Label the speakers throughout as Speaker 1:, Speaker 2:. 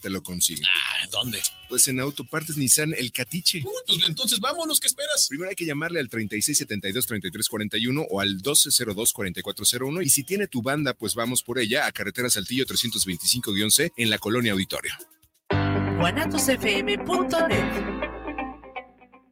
Speaker 1: te lo consiguen.
Speaker 2: Ah, ¿dónde?
Speaker 1: Pues en Autopartes Nissan El Catiche.
Speaker 2: Uh, pues entonces vámonos, ¿qué esperas?
Speaker 1: Primero hay que llamarle al 3672-3341 o al 1202-4401 y si tiene tu banda, pues vamos por ella a Carretera Saltillo 325-11 en la Colonia Auditorio.
Speaker 3: guanatosfm.net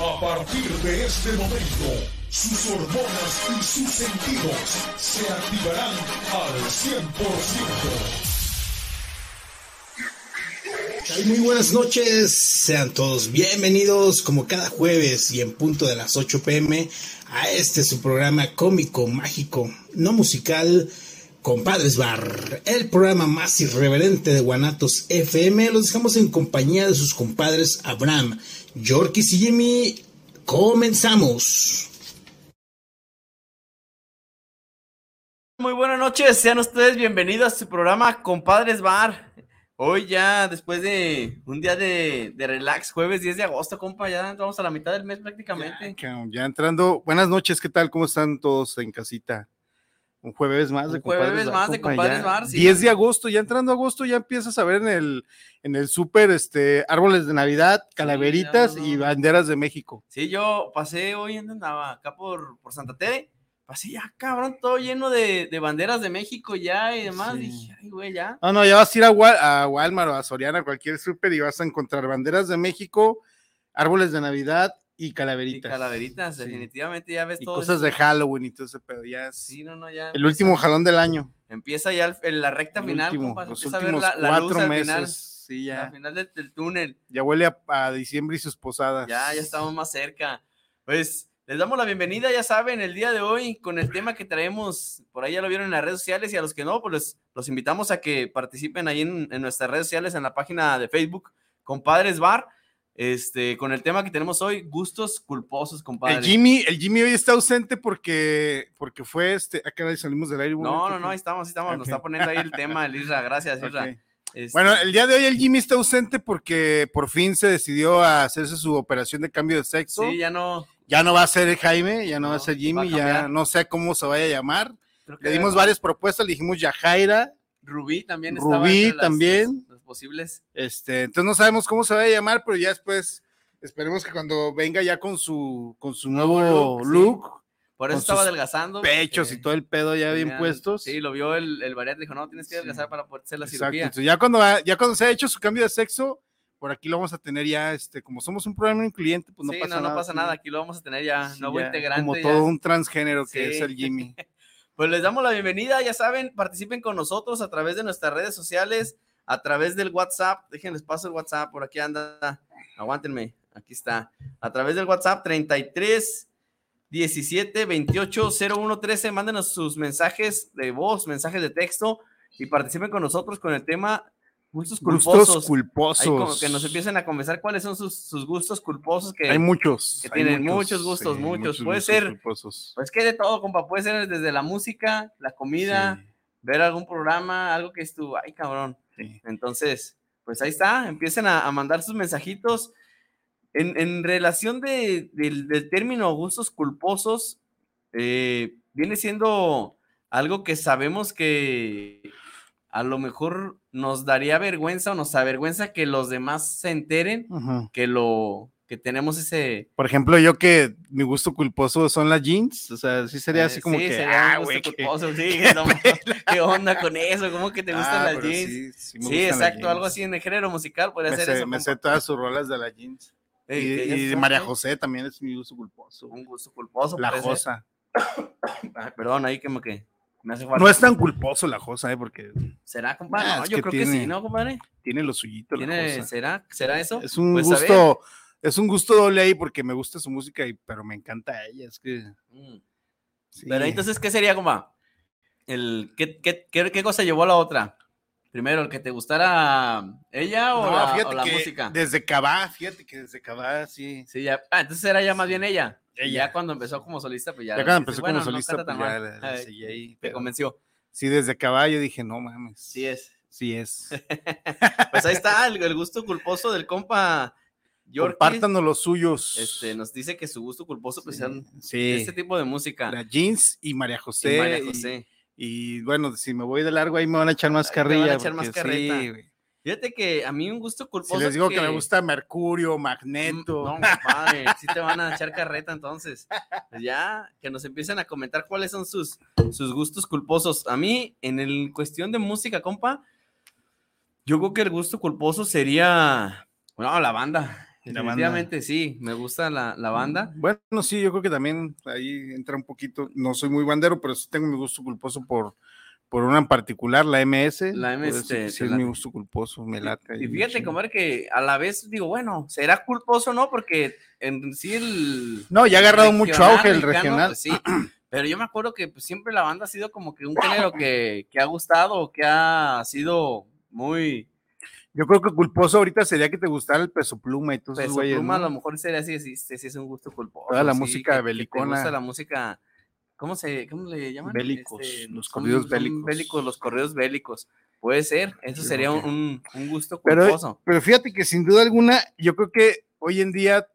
Speaker 4: A partir de este momento, sus hormonas y sus sentidos se activarán al
Speaker 5: 100%. Muy buenas noches, sean todos bienvenidos como cada jueves y en punto de las 8 pm a este su programa cómico, mágico, no musical, Compadres Bar, el programa más irreverente de Guanatos FM. Los dejamos en compañía de sus compadres Abraham, Yorkis y Jimmy. Comenzamos.
Speaker 6: Muy buenas noches, sean ustedes bienvenidos a su programa Compadres Bar. Hoy ya, después de un día de, de relax, jueves 10 de agosto, compa, ya entramos a la mitad del mes prácticamente.
Speaker 7: Ya, ya entrando. Buenas noches, ¿qué tal? ¿Cómo están todos en casita? Un jueves más
Speaker 6: un
Speaker 7: de
Speaker 6: jueves compadres más de compadres bar, sí,
Speaker 7: 10 de agosto, ya entrando a agosto, ya empiezas a ver en el en el súper este árboles de Navidad, calaveritas sí, no, no, no. y banderas de México.
Speaker 6: Sí, yo pasé hoy andaba acá por, por Santa Tere, pasé ya cabrón todo lleno de, de banderas de México ya y demás, sí. dije, ay güey, ya.
Speaker 7: No, no, ya vas a ir a, Wal a Walmart o a Soriana, a cualquier súper y vas a encontrar banderas de México, árboles de Navidad y
Speaker 6: Y
Speaker 7: calaveritas.
Speaker 6: calaveritas, sí. definitivamente ya ves
Speaker 7: y todo Cosas eso. de Halloween y todo ese pedo. Ya es
Speaker 6: sí, no, no, ya
Speaker 7: el último jalón del año.
Speaker 6: Empieza ya el, el, la recta el final.
Speaker 7: Último, compa, los últimos la, cuatro la luz meses. Al final, sí, ya.
Speaker 6: Al final del, del, túnel.
Speaker 7: Ya huele a, a, diciembre y sus posadas.
Speaker 6: Ya, ya estamos más cerca. Pues les damos la bienvenida, ya saben, el día de hoy con el tema que traemos. Por ahí ya lo vieron en las redes sociales y a los que no, pues los, los invitamos a que participen ahí en, en nuestras redes sociales, en la página de Facebook, Compadres Bar este, con el tema que tenemos hoy, gustos culposos, compadre.
Speaker 7: El Jimmy, el Jimmy hoy está ausente porque, porque fue este, acá salimos del aire.
Speaker 6: No, no, no, ahí estamos, ahí estamos, okay. nos está poniendo ahí el tema, el Isra, gracias, okay. Isra.
Speaker 7: Este... Bueno, el día de hoy el Jimmy está ausente porque por fin se decidió a hacerse su operación de cambio de sexo.
Speaker 6: Sí, ya pues no.
Speaker 7: Ya no va a ser el Jaime, ya no, no, va a ser Jimmy, a ya no sé cómo se vaya a llamar. Le dimos varias propuestas, le dijimos Yajaira.
Speaker 6: Rubí también.
Speaker 7: Rubí estaba también.
Speaker 6: Las posibles.
Speaker 7: Este, entonces no sabemos cómo se va a llamar, pero ya después esperemos que cuando venga ya con su con su nuevo, nuevo look, look
Speaker 6: sí. por eso estaba adelgazando. eh,
Speaker 7: Pechos y todo el pedo ya bien puestos.
Speaker 6: Sí, lo vio el, el variante, dijo, "No, tienes que adelgazar sí. para poder hacer la Exacto. cirugía."
Speaker 7: Entonces, ya cuando ya cuando se ha hecho su cambio de sexo, por aquí lo vamos a tener ya este, como somos un programa incluyente, pues no
Speaker 6: sí,
Speaker 7: pasa
Speaker 6: no, no
Speaker 7: nada.
Speaker 6: no pasa nada, aquí lo vamos a tener ya nuevo ya, integrante
Speaker 7: como
Speaker 6: ya.
Speaker 7: todo un transgénero que es el Jimmy.
Speaker 6: pues les damos la bienvenida, ya saben, participen con nosotros a través de nuestras redes sociales a través del WhatsApp. Déjenles paso el WhatsApp, por aquí anda. Aguántenme, aquí está. A través del WhatsApp 33 17 28 01 13. Mándenos sus mensajes de voz, mensajes de texto y participen con nosotros con el tema gustos culposos. Gustos
Speaker 7: culposos.
Speaker 6: Como que nos empiecen a conversar cuáles son sus, sus gustos culposos. Que,
Speaker 7: hay muchos.
Speaker 6: Que
Speaker 7: hay
Speaker 6: tienen muchos, muchos gustos, sí, muchos. muchos. Puede ser. Culposos. Pues que de todo, compa. Puede ser desde la música, la comida. Sí. Ver algún programa, algo que estuvo, ay cabrón, Sí. Entonces, pues ahí está, empiecen a, a mandar sus mensajitos. En, en relación de, de, del término gustos culposos, eh, viene siendo algo que sabemos que a lo mejor nos daría vergüenza o nos avergüenza que los demás se enteren uh -huh. que lo que tenemos ese
Speaker 7: por ejemplo yo que mi gusto culposo son las jeans o sea sí sería eh, así como
Speaker 6: sí,
Speaker 7: que
Speaker 6: sería ah, un gusto wey, culposo que, sí que no, qué onda con eso cómo que te gustan ah, las jeans sí, sí, me sí gustan exacto las algo jeans. así en el género musical podría
Speaker 7: me
Speaker 6: ser
Speaker 7: sé,
Speaker 6: eso
Speaker 7: me sé todas sus rolas de las jeans eh, y, de, y de María José también es mi gusto culposo
Speaker 6: un gusto culposo
Speaker 7: la Josa
Speaker 6: Ay, perdón ahí como que me hace
Speaker 7: no es tan culposo la Josa eh porque
Speaker 6: será compadre ah, no, yo que creo tiene, que sí no compadre
Speaker 7: tiene lo suyito la
Speaker 6: ¿Tiene, Josa. será será eso
Speaker 7: es un pues, gusto es un gusto doble ahí porque me gusta su música, y, pero me encanta ella. Es que. Mm.
Speaker 6: Sí. Pero entonces, ¿qué sería, compa? El, ¿qué, qué, qué, qué cosa llevó a la otra? Primero, el que te gustara ella o
Speaker 7: No,
Speaker 6: la,
Speaker 7: fíjate
Speaker 6: o la
Speaker 7: que
Speaker 6: música.
Speaker 7: Desde Cabá, fíjate que desde Cabá, sí.
Speaker 6: Sí, ya. Ah, entonces era ya más bien ella.
Speaker 7: Ella.
Speaker 6: Y Ya cuando empezó como solista, pues ya.
Speaker 7: Ya cuando
Speaker 6: dices,
Speaker 7: empezó
Speaker 6: bueno,
Speaker 7: como
Speaker 6: no
Speaker 7: solista,
Speaker 6: canta
Speaker 7: pues
Speaker 6: tan
Speaker 7: ya
Speaker 6: mal.
Speaker 7: la- la
Speaker 6: Ay,
Speaker 7: seguí ahí,
Speaker 6: Te
Speaker 7: pero
Speaker 6: convenció.
Speaker 7: Sí, desde Cabá yo dije, no mames.
Speaker 6: Sí es.
Speaker 7: Sí es.
Speaker 6: Pues ahí está el, el gusto culposo del compa Yorkie.
Speaker 7: Compártanos los suyos.
Speaker 6: Este, nos dice que su gusto culposo pues
Speaker 7: Sí,
Speaker 6: sean
Speaker 7: sí.
Speaker 6: este tipo de música.
Speaker 7: La Jeans y María José.
Speaker 6: Y María
Speaker 7: y-
Speaker 6: José.
Speaker 7: Y, bueno, si me voy de largo ahí me van a echar más
Speaker 6: Ahí te van a
Speaker 7: carrilla.
Speaker 6: echar más Pues
Speaker 7: porque
Speaker 6: carreta.
Speaker 7: sí, güey.
Speaker 6: Fíjate que a mí un gusto
Speaker 7: si
Speaker 6: culposo.
Speaker 7: les digo que... me gusta Mercurio, Magneto.
Speaker 6: Mm, No, compadre, sí te van a echar carreta entonces. Pues ya, que nos empiecen a comentar cuáles son sus, sus gustos culposos. A mí, en el cuestión de música, compa, yo creo que el gusto culposo sería, bueno, la banda.
Speaker 7: La banda. Mm,
Speaker 6: Definitivamente, sí, me gusta la, la banda.
Speaker 7: Bueno, sí, yo creo que también ahí entra un poquito. No soy muy bandero, pero sí tengo mi gusto culposo por, por una en particular, la MS.
Speaker 6: La
Speaker 7: Puedo
Speaker 6: MS,
Speaker 7: decir que
Speaker 6: te
Speaker 7: sí es
Speaker 6: late.
Speaker 7: mi gusto culposo, me late.
Speaker 6: Y
Speaker 7: ahí,
Speaker 6: fíjate,
Speaker 7: sí.
Speaker 6: comadre, que a la vez digo, bueno, ¿será culposo o no? Porque en sí el...
Speaker 7: No, ya ha agarrado mucho
Speaker 6: regional
Speaker 7: auge el
Speaker 6: mexicano,
Speaker 7: regional.
Speaker 6: pues sí, pero yo me acuerdo que pues, siempre la banda ha sido como que un género que, que ha gustado, que ha sido muy...
Speaker 7: Yo creo que culposo ahorita sería que te gustara el peso pluma y todos Pues,
Speaker 6: Peso
Speaker 7: esos güeyes,
Speaker 6: pluma,
Speaker 7: ¿no?
Speaker 6: a lo mejor sería así, sí, sí, sí es un gusto culposo.
Speaker 7: Toda la
Speaker 6: sí,
Speaker 7: música
Speaker 6: que- que te
Speaker 7: belicona.
Speaker 6: gusta la música... ¿Cómo, se, ¿Cómo le llaman? Este,
Speaker 7: Bélicos, los
Speaker 6: son-
Speaker 7: corridos
Speaker 6: son
Speaker 7: bélicos.
Speaker 6: Los corridos bélicos. Puede ser, eso
Speaker 7: Yo
Speaker 6: sería
Speaker 7: creo que-
Speaker 6: un, un gusto
Speaker 7: Pero-
Speaker 6: culposo.
Speaker 7: Pero fíjate que sin duda alguna, yo creo que hoy en día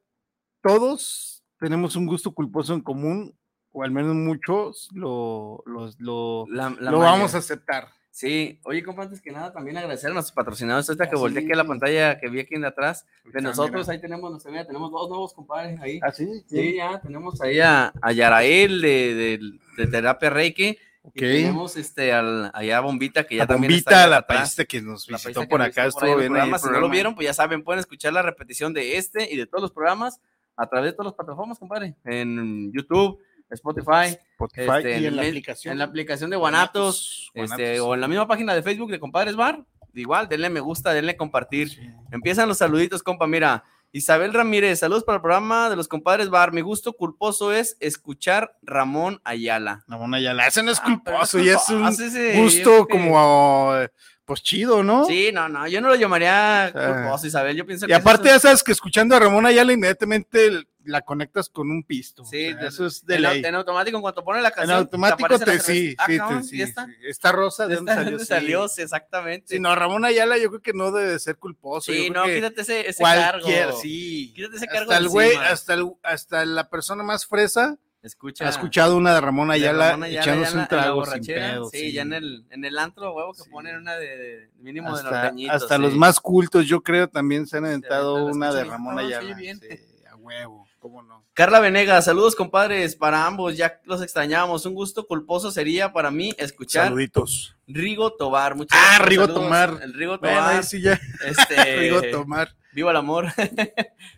Speaker 7: todos tenemos un gusto culposo en común, o al menos muchos lo, los- lo,
Speaker 6: La- la
Speaker 7: lo
Speaker 6: mayor-
Speaker 7: vamos a aceptar.
Speaker 6: Sí, oye, compa, antes que nada, también agradecer a nuestros patrocinadores. Ahorita que
Speaker 7: Ah,
Speaker 6: volteé
Speaker 7: sí.
Speaker 6: aquí a la pantalla que vi aquí en de atrás
Speaker 7: Ah,
Speaker 6: de nosotros,
Speaker 7: mira.
Speaker 6: ahí tenemos, nuestra mira, tenemos dos nuevos compadres ahí.
Speaker 7: ¿Ah, sí?
Speaker 6: Sí, ya tenemos ahí a, a Yarael de, de- de Terapia Reiki.
Speaker 7: Ok.
Speaker 6: Y tenemos este, al, allá a Bombita, que ya
Speaker 7: La
Speaker 6: también
Speaker 7: bombita,
Speaker 6: allá
Speaker 7: la
Speaker 6: atrás.
Speaker 7: paista que nos
Speaker 6: La
Speaker 7: visitó
Speaker 6: paisita
Speaker 7: por
Speaker 6: que
Speaker 7: acá,
Speaker 6: visitó por ahí
Speaker 7: estuvo
Speaker 6: en el
Speaker 7: bien ahí el
Speaker 6: programa. Si no lo
Speaker 7: programa.
Speaker 6: vieron, pues ya saben, pueden escuchar la repetición de este y de todos los programas a través de todas las plataformas, compadre. En YouTube, Spotify,
Speaker 7: Spotify
Speaker 6: este,
Speaker 7: y en la
Speaker 6: el-
Speaker 7: aplicación.
Speaker 6: en la aplicación de Guanatos, este, o en la misma página de Facebook de Compadres Bar, igual, denle me gusta, denle compartir. Empiezan los saluditos, compa, mira. Isabel Ramírez, saludos para el programa de los Compadres Bar. Mi gusto culposo es escuchar Ramón Ayala.
Speaker 7: La mona ya la no es
Speaker 6: Ah, pero
Speaker 7: culposo,
Speaker 6: es
Speaker 7: y Ah, es un
Speaker 6: culposo, ese, yo creo
Speaker 7: gusto
Speaker 6: que-
Speaker 7: como, eh, pues chido, ¿no?
Speaker 6: este. Sí, no, no, yo no lo llamaría
Speaker 7: sea,
Speaker 6: culposo, Isabel. Yo pienso
Speaker 7: Y
Speaker 6: que eso
Speaker 7: aparte
Speaker 6: es-
Speaker 7: ya sabes que escuchando a Ramón Ayala inmediatamente el- la conectas con un pisto.
Speaker 6: Sí,
Speaker 7: o sea,
Speaker 6: de-
Speaker 7: eso es de
Speaker 6: en, au-
Speaker 7: ley.
Speaker 6: en automático, en cuanto pone la
Speaker 7: En
Speaker 6: canción.
Speaker 7: automático
Speaker 6: aparece la
Speaker 7: te
Speaker 6: cerveza.
Speaker 7: sí,
Speaker 6: Ah,
Speaker 7: sí,
Speaker 6: cabrón,
Speaker 7: te sí.
Speaker 6: ¿ya
Speaker 7: sí.
Speaker 6: está?
Speaker 7: Esta rosa de dónde
Speaker 6: Está-
Speaker 7: salió. Sí.
Speaker 6: salió, sí, exactamente.
Speaker 7: Sí, no, Ramón Ayala yo creo que no debe de ser culposo.
Speaker 6: Sí,
Speaker 7: yo
Speaker 6: no,
Speaker 7: creo que
Speaker 6: quítate ese, ese cargo.
Speaker 7: cualquier, sí.
Speaker 6: Quítate ese cargo.
Speaker 7: Hasta
Speaker 6: de
Speaker 7: el güey,
Speaker 6: encima.
Speaker 7: hasta, el- hasta la persona más fresa
Speaker 6: Escucha.
Speaker 7: ha escuchado una de Ramón
Speaker 6: de
Speaker 7: Ayala
Speaker 6: Ramón Ayala, ya
Speaker 7: echándose
Speaker 6: en la-
Speaker 7: un
Speaker 6: en la
Speaker 7: trago sin
Speaker 6: borrachera,
Speaker 7: pedo.
Speaker 6: Sí, ya en el, en el antro, huevo, que
Speaker 7: Sí.
Speaker 6: ponen una de, de mínimo de
Speaker 7: hasta,
Speaker 6: norteñitos.
Speaker 7: hasta
Speaker 6: sí.
Speaker 7: los más cultos, yo creo, también se han
Speaker 6: Se
Speaker 7: aventado
Speaker 6: avientan,
Speaker 7: una de
Speaker 6: escuchan,
Speaker 7: Ramón
Speaker 6: "Ah, sí,
Speaker 7: Ayala.
Speaker 6: bien".
Speaker 7: Sí, a huevo, cómo no.
Speaker 6: Carla Venegas, saludos compadres para ambos, ya los extrañamos. Un gusto culposo sería para mí escuchar
Speaker 7: Saluditos.
Speaker 6: Rigo Tobar. Muchas
Speaker 7: Ah,
Speaker 6: gracias,
Speaker 7: Rigo
Speaker 6: saludos.
Speaker 7: Tomar.
Speaker 6: El Rigo
Speaker 7: Bueno,
Speaker 6: Tobar.
Speaker 7: ahí sí ya.
Speaker 6: este,
Speaker 7: Rigo Tomar.
Speaker 6: Viva el amor.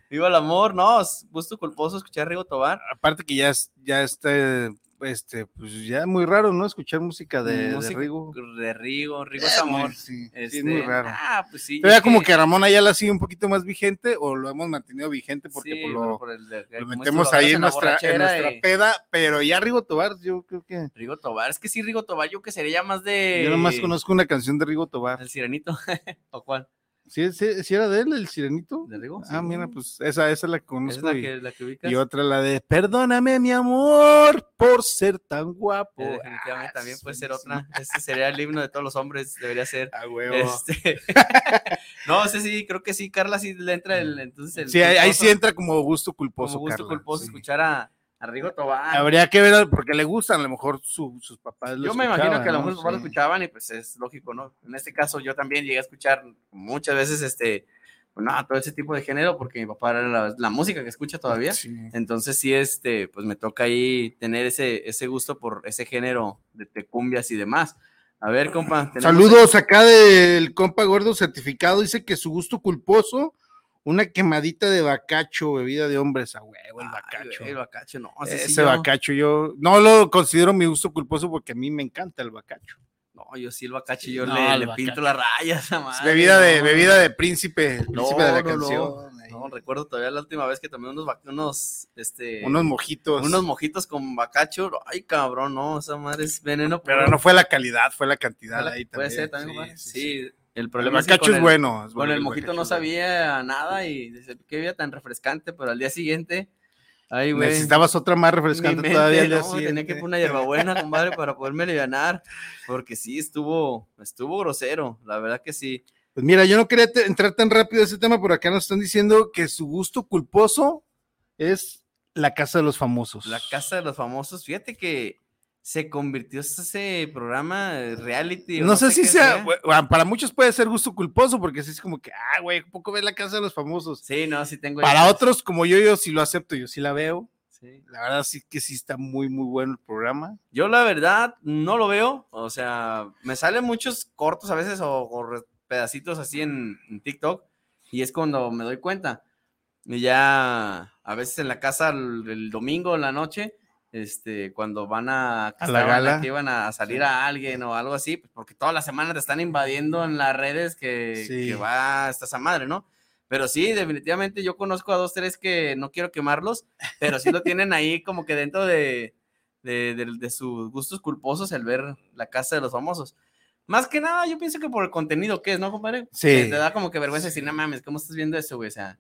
Speaker 6: Viva el amor. No, es gusto culposo escuchar Rigo Tobar.
Speaker 7: Aparte que ya, es- ya está, este, pues ya muy raro, ¿no? Escuchar música de, de
Speaker 6: Música
Speaker 7: Rigo.
Speaker 6: De Rigo, Rigo es amor.
Speaker 7: Sí, sí,
Speaker 6: Este,
Speaker 7: es muy raro.
Speaker 6: Ah, pues sí.
Speaker 7: Pero
Speaker 6: es
Speaker 7: ya como que Ramón Ayala sigue un poquito más vigente o lo hemos mantenido vigente porque
Speaker 6: sí,
Speaker 7: pues,
Speaker 6: bueno,
Speaker 7: lo,
Speaker 6: por el de-
Speaker 7: lo
Speaker 6: como dices,
Speaker 7: metemos
Speaker 6: lo
Speaker 7: ahí
Speaker 6: agarras
Speaker 7: en
Speaker 6: la
Speaker 7: nuestra, en
Speaker 6: borrachera
Speaker 7: nuestra
Speaker 6: y-
Speaker 7: peda, pero ya Rigo Tobar, yo creo que...
Speaker 6: Rigo Tobar, es que sí, Rigo Tobar, yo que sería ya más de.
Speaker 7: Yo nomás conozco una canción de Rigo Tobar.
Speaker 6: El Sirenito. ¿O cuál?
Speaker 7: ¿Sí, sí, sí era de él, el sirenito?
Speaker 6: ¿De Rigo?
Speaker 7: Ah,
Speaker 6: Sí.
Speaker 7: mira, pues esa, esa es la que
Speaker 6: Esa es
Speaker 7: conozco.
Speaker 6: la
Speaker 7: y-
Speaker 6: que, la que ubicas.
Speaker 7: y, otra la de Perdóname, mi amor, por ser tan guapo.
Speaker 6: Eh, definitivamente
Speaker 7: Ah,
Speaker 6: también
Speaker 7: es
Speaker 6: puede ser
Speaker 7: buenísima.
Speaker 6: otra. Este sería el himno de todos los hombres, debería ser.
Speaker 7: Ah, huevo.
Speaker 6: Este... no, sí, sí, creo que sí, Carla sí le entra el. Entonces el
Speaker 7: Mm. Sí, ahí, ahí
Speaker 6: culposo,
Speaker 7: sí entra como gusto
Speaker 6: Como
Speaker 7: culposo.
Speaker 6: gusto
Speaker 7: Carla,
Speaker 6: culposo
Speaker 7: sí.
Speaker 6: escuchar a, a Rigo Tobar.
Speaker 7: Habría que ver, porque le gustan, a lo mejor su- sus papás lo
Speaker 6: yo me imagino
Speaker 7: escuchaban,
Speaker 6: que a lo
Speaker 7: ¿no?
Speaker 6: mejor los papás lo
Speaker 7: Sí.
Speaker 6: escuchaban y pues es lógico, ¿no? En este caso yo también llegué a escuchar muchas veces este, no, todo ese tipo de género porque mi papá era la, la música que escucha todavía.
Speaker 7: Sí.
Speaker 6: Entonces sí, este, pues me toca ahí tener ese, ese gusto por ese género de, de cumbias y demás. A ver, compa. tenemos-
Speaker 7: Saludos acá del compa gordo certificado. Dice que su gusto culposo, una quemadita de bacacho, bebida de hombres a huevo, el
Speaker 6: Ay,
Speaker 7: bacacho.
Speaker 6: güey, El bacacho, no. ese
Speaker 7: ese
Speaker 6: sí yo-
Speaker 7: bacacho, yo no lo considero mi gusto culposo porque a mí me encanta el bacacho.
Speaker 6: No, yo sí el bacacho, yo
Speaker 7: No,
Speaker 6: le,
Speaker 7: el
Speaker 6: le pinto las rayas. a
Speaker 7: Es
Speaker 6: madre,
Speaker 7: bebida de
Speaker 6: no.
Speaker 7: bebida de príncipe, el príncipe de la
Speaker 6: no, no.
Speaker 7: canción. ahí.
Speaker 6: No, recuerdo todavía la última vez que tomé unos, vac- unos, este,
Speaker 7: Unos mojitos.
Speaker 6: unos mojitos con bacacho. Ay, cabrón, no, esa madre es veneno.
Speaker 7: pero
Speaker 6: puro.
Speaker 7: no fue la calidad, fue la cantidad
Speaker 6: Puede
Speaker 7: ahí también.
Speaker 6: ser también,
Speaker 7: sí,
Speaker 6: compadre.
Speaker 7: sí,
Speaker 6: Sí,
Speaker 7: sí.
Speaker 6: el
Speaker 7: El
Speaker 6: problema es que
Speaker 7: bacacho
Speaker 6: con
Speaker 7: es
Speaker 6: el-
Speaker 7: bueno.
Speaker 6: Con
Speaker 7: es bueno,
Speaker 6: el mojito
Speaker 7: bacacho
Speaker 6: no
Speaker 7: es bueno.
Speaker 6: sabía nada y dice, qué vida tan refrescante, pero al día siguiente, ay, güey.
Speaker 7: Necesitabas otra más
Speaker 6: mi
Speaker 7: refrescante
Speaker 6: mente,
Speaker 7: todavía. al día
Speaker 6: no, tenía que
Speaker 7: siguiente.
Speaker 6: poner una hierbabuena, compadre, para poderme alivianar, porque sí, estuvo, estuvo grosero, la verdad que sí.
Speaker 7: Pues mira, yo no quería te- entrar tan rápido a ese tema, pero acá nos están diciendo que su gusto culposo es la casa de los famosos.
Speaker 6: La Casa de los Famosos, fíjate que se convirtió ese programa eh, reality. o
Speaker 7: No, sé, si
Speaker 6: qué
Speaker 7: sea, bu- bueno, para muchos puede ser gusto culposo, porque sí es como que, ah, güey, poco ves la casa de los famosos.
Speaker 6: Sí, no, sí tengo.
Speaker 7: para
Speaker 6: ideas,
Speaker 7: otros, como yo, yo sí lo acepto, yo sí la veo.
Speaker 6: sí.
Speaker 7: La verdad sí que sí está muy, muy bueno el programa.
Speaker 6: Yo la verdad no lo veo, o sea, me salen muchos cortos a veces o, o re- pedacitos así en, en TikTok y es cuando me doy cuenta. Y ya a veces en la casa el, el domingo en la noche, este, cuando van a, que
Speaker 7: A la gala.
Speaker 6: que iban a salir a alguien o algo así, pues, porque toda la semana te están invadiendo en las redes que, que
Speaker 7: Sí.
Speaker 6: va hasta esa madre, ¿no? Pero sí, definitivamente yo conozco a dos, tres que no quiero quemarlos, pero sí lo tienen ahí como que dentro de, de, de- de sus gustos culposos el ver la casa de los famosos. Más que nada, yo pienso que por el contenido que es, ¿no, compadre?
Speaker 7: Sí.
Speaker 6: Que Te da como que vergüenza decir, no mames, ¿cómo estás viendo eso, güey? O sea,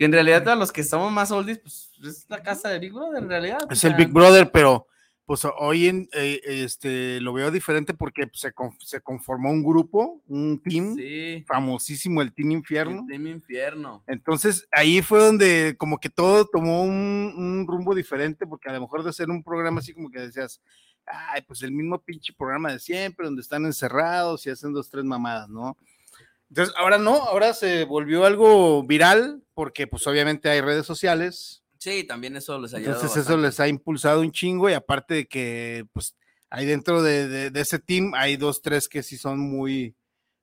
Speaker 6: y en realidad a los que somos más oldies, pues es la casa de Big Brother, en realidad. o
Speaker 7: Es el
Speaker 6: sea,
Speaker 7: Big Brother, pero pues hoy en, eh, este, lo veo diferente porque pues, se, con- se conformó un grupo, un team,
Speaker 6: Sí,
Speaker 7: famosísimo, el Team Infierno.
Speaker 6: el Team Infierno.
Speaker 7: Entonces ahí fue donde como que todo tomó un, un rumbo diferente, porque a lo mejor de ser un programa así como que decías, ay, pues el mismo pinche programa de siempre, donde están encerrados y hacen dos, tres mamadas, ¿no? Entonces ahora no, ahora se volvió algo viral, porque pues obviamente hay redes sociales,
Speaker 6: Sí, también eso les ayudó.
Speaker 7: entonces eso
Speaker 6: bastante.
Speaker 7: les ha impulsado un chingo y aparte de que pues ahí dentro de, de- de ese team hay dos, tres que sí son muy,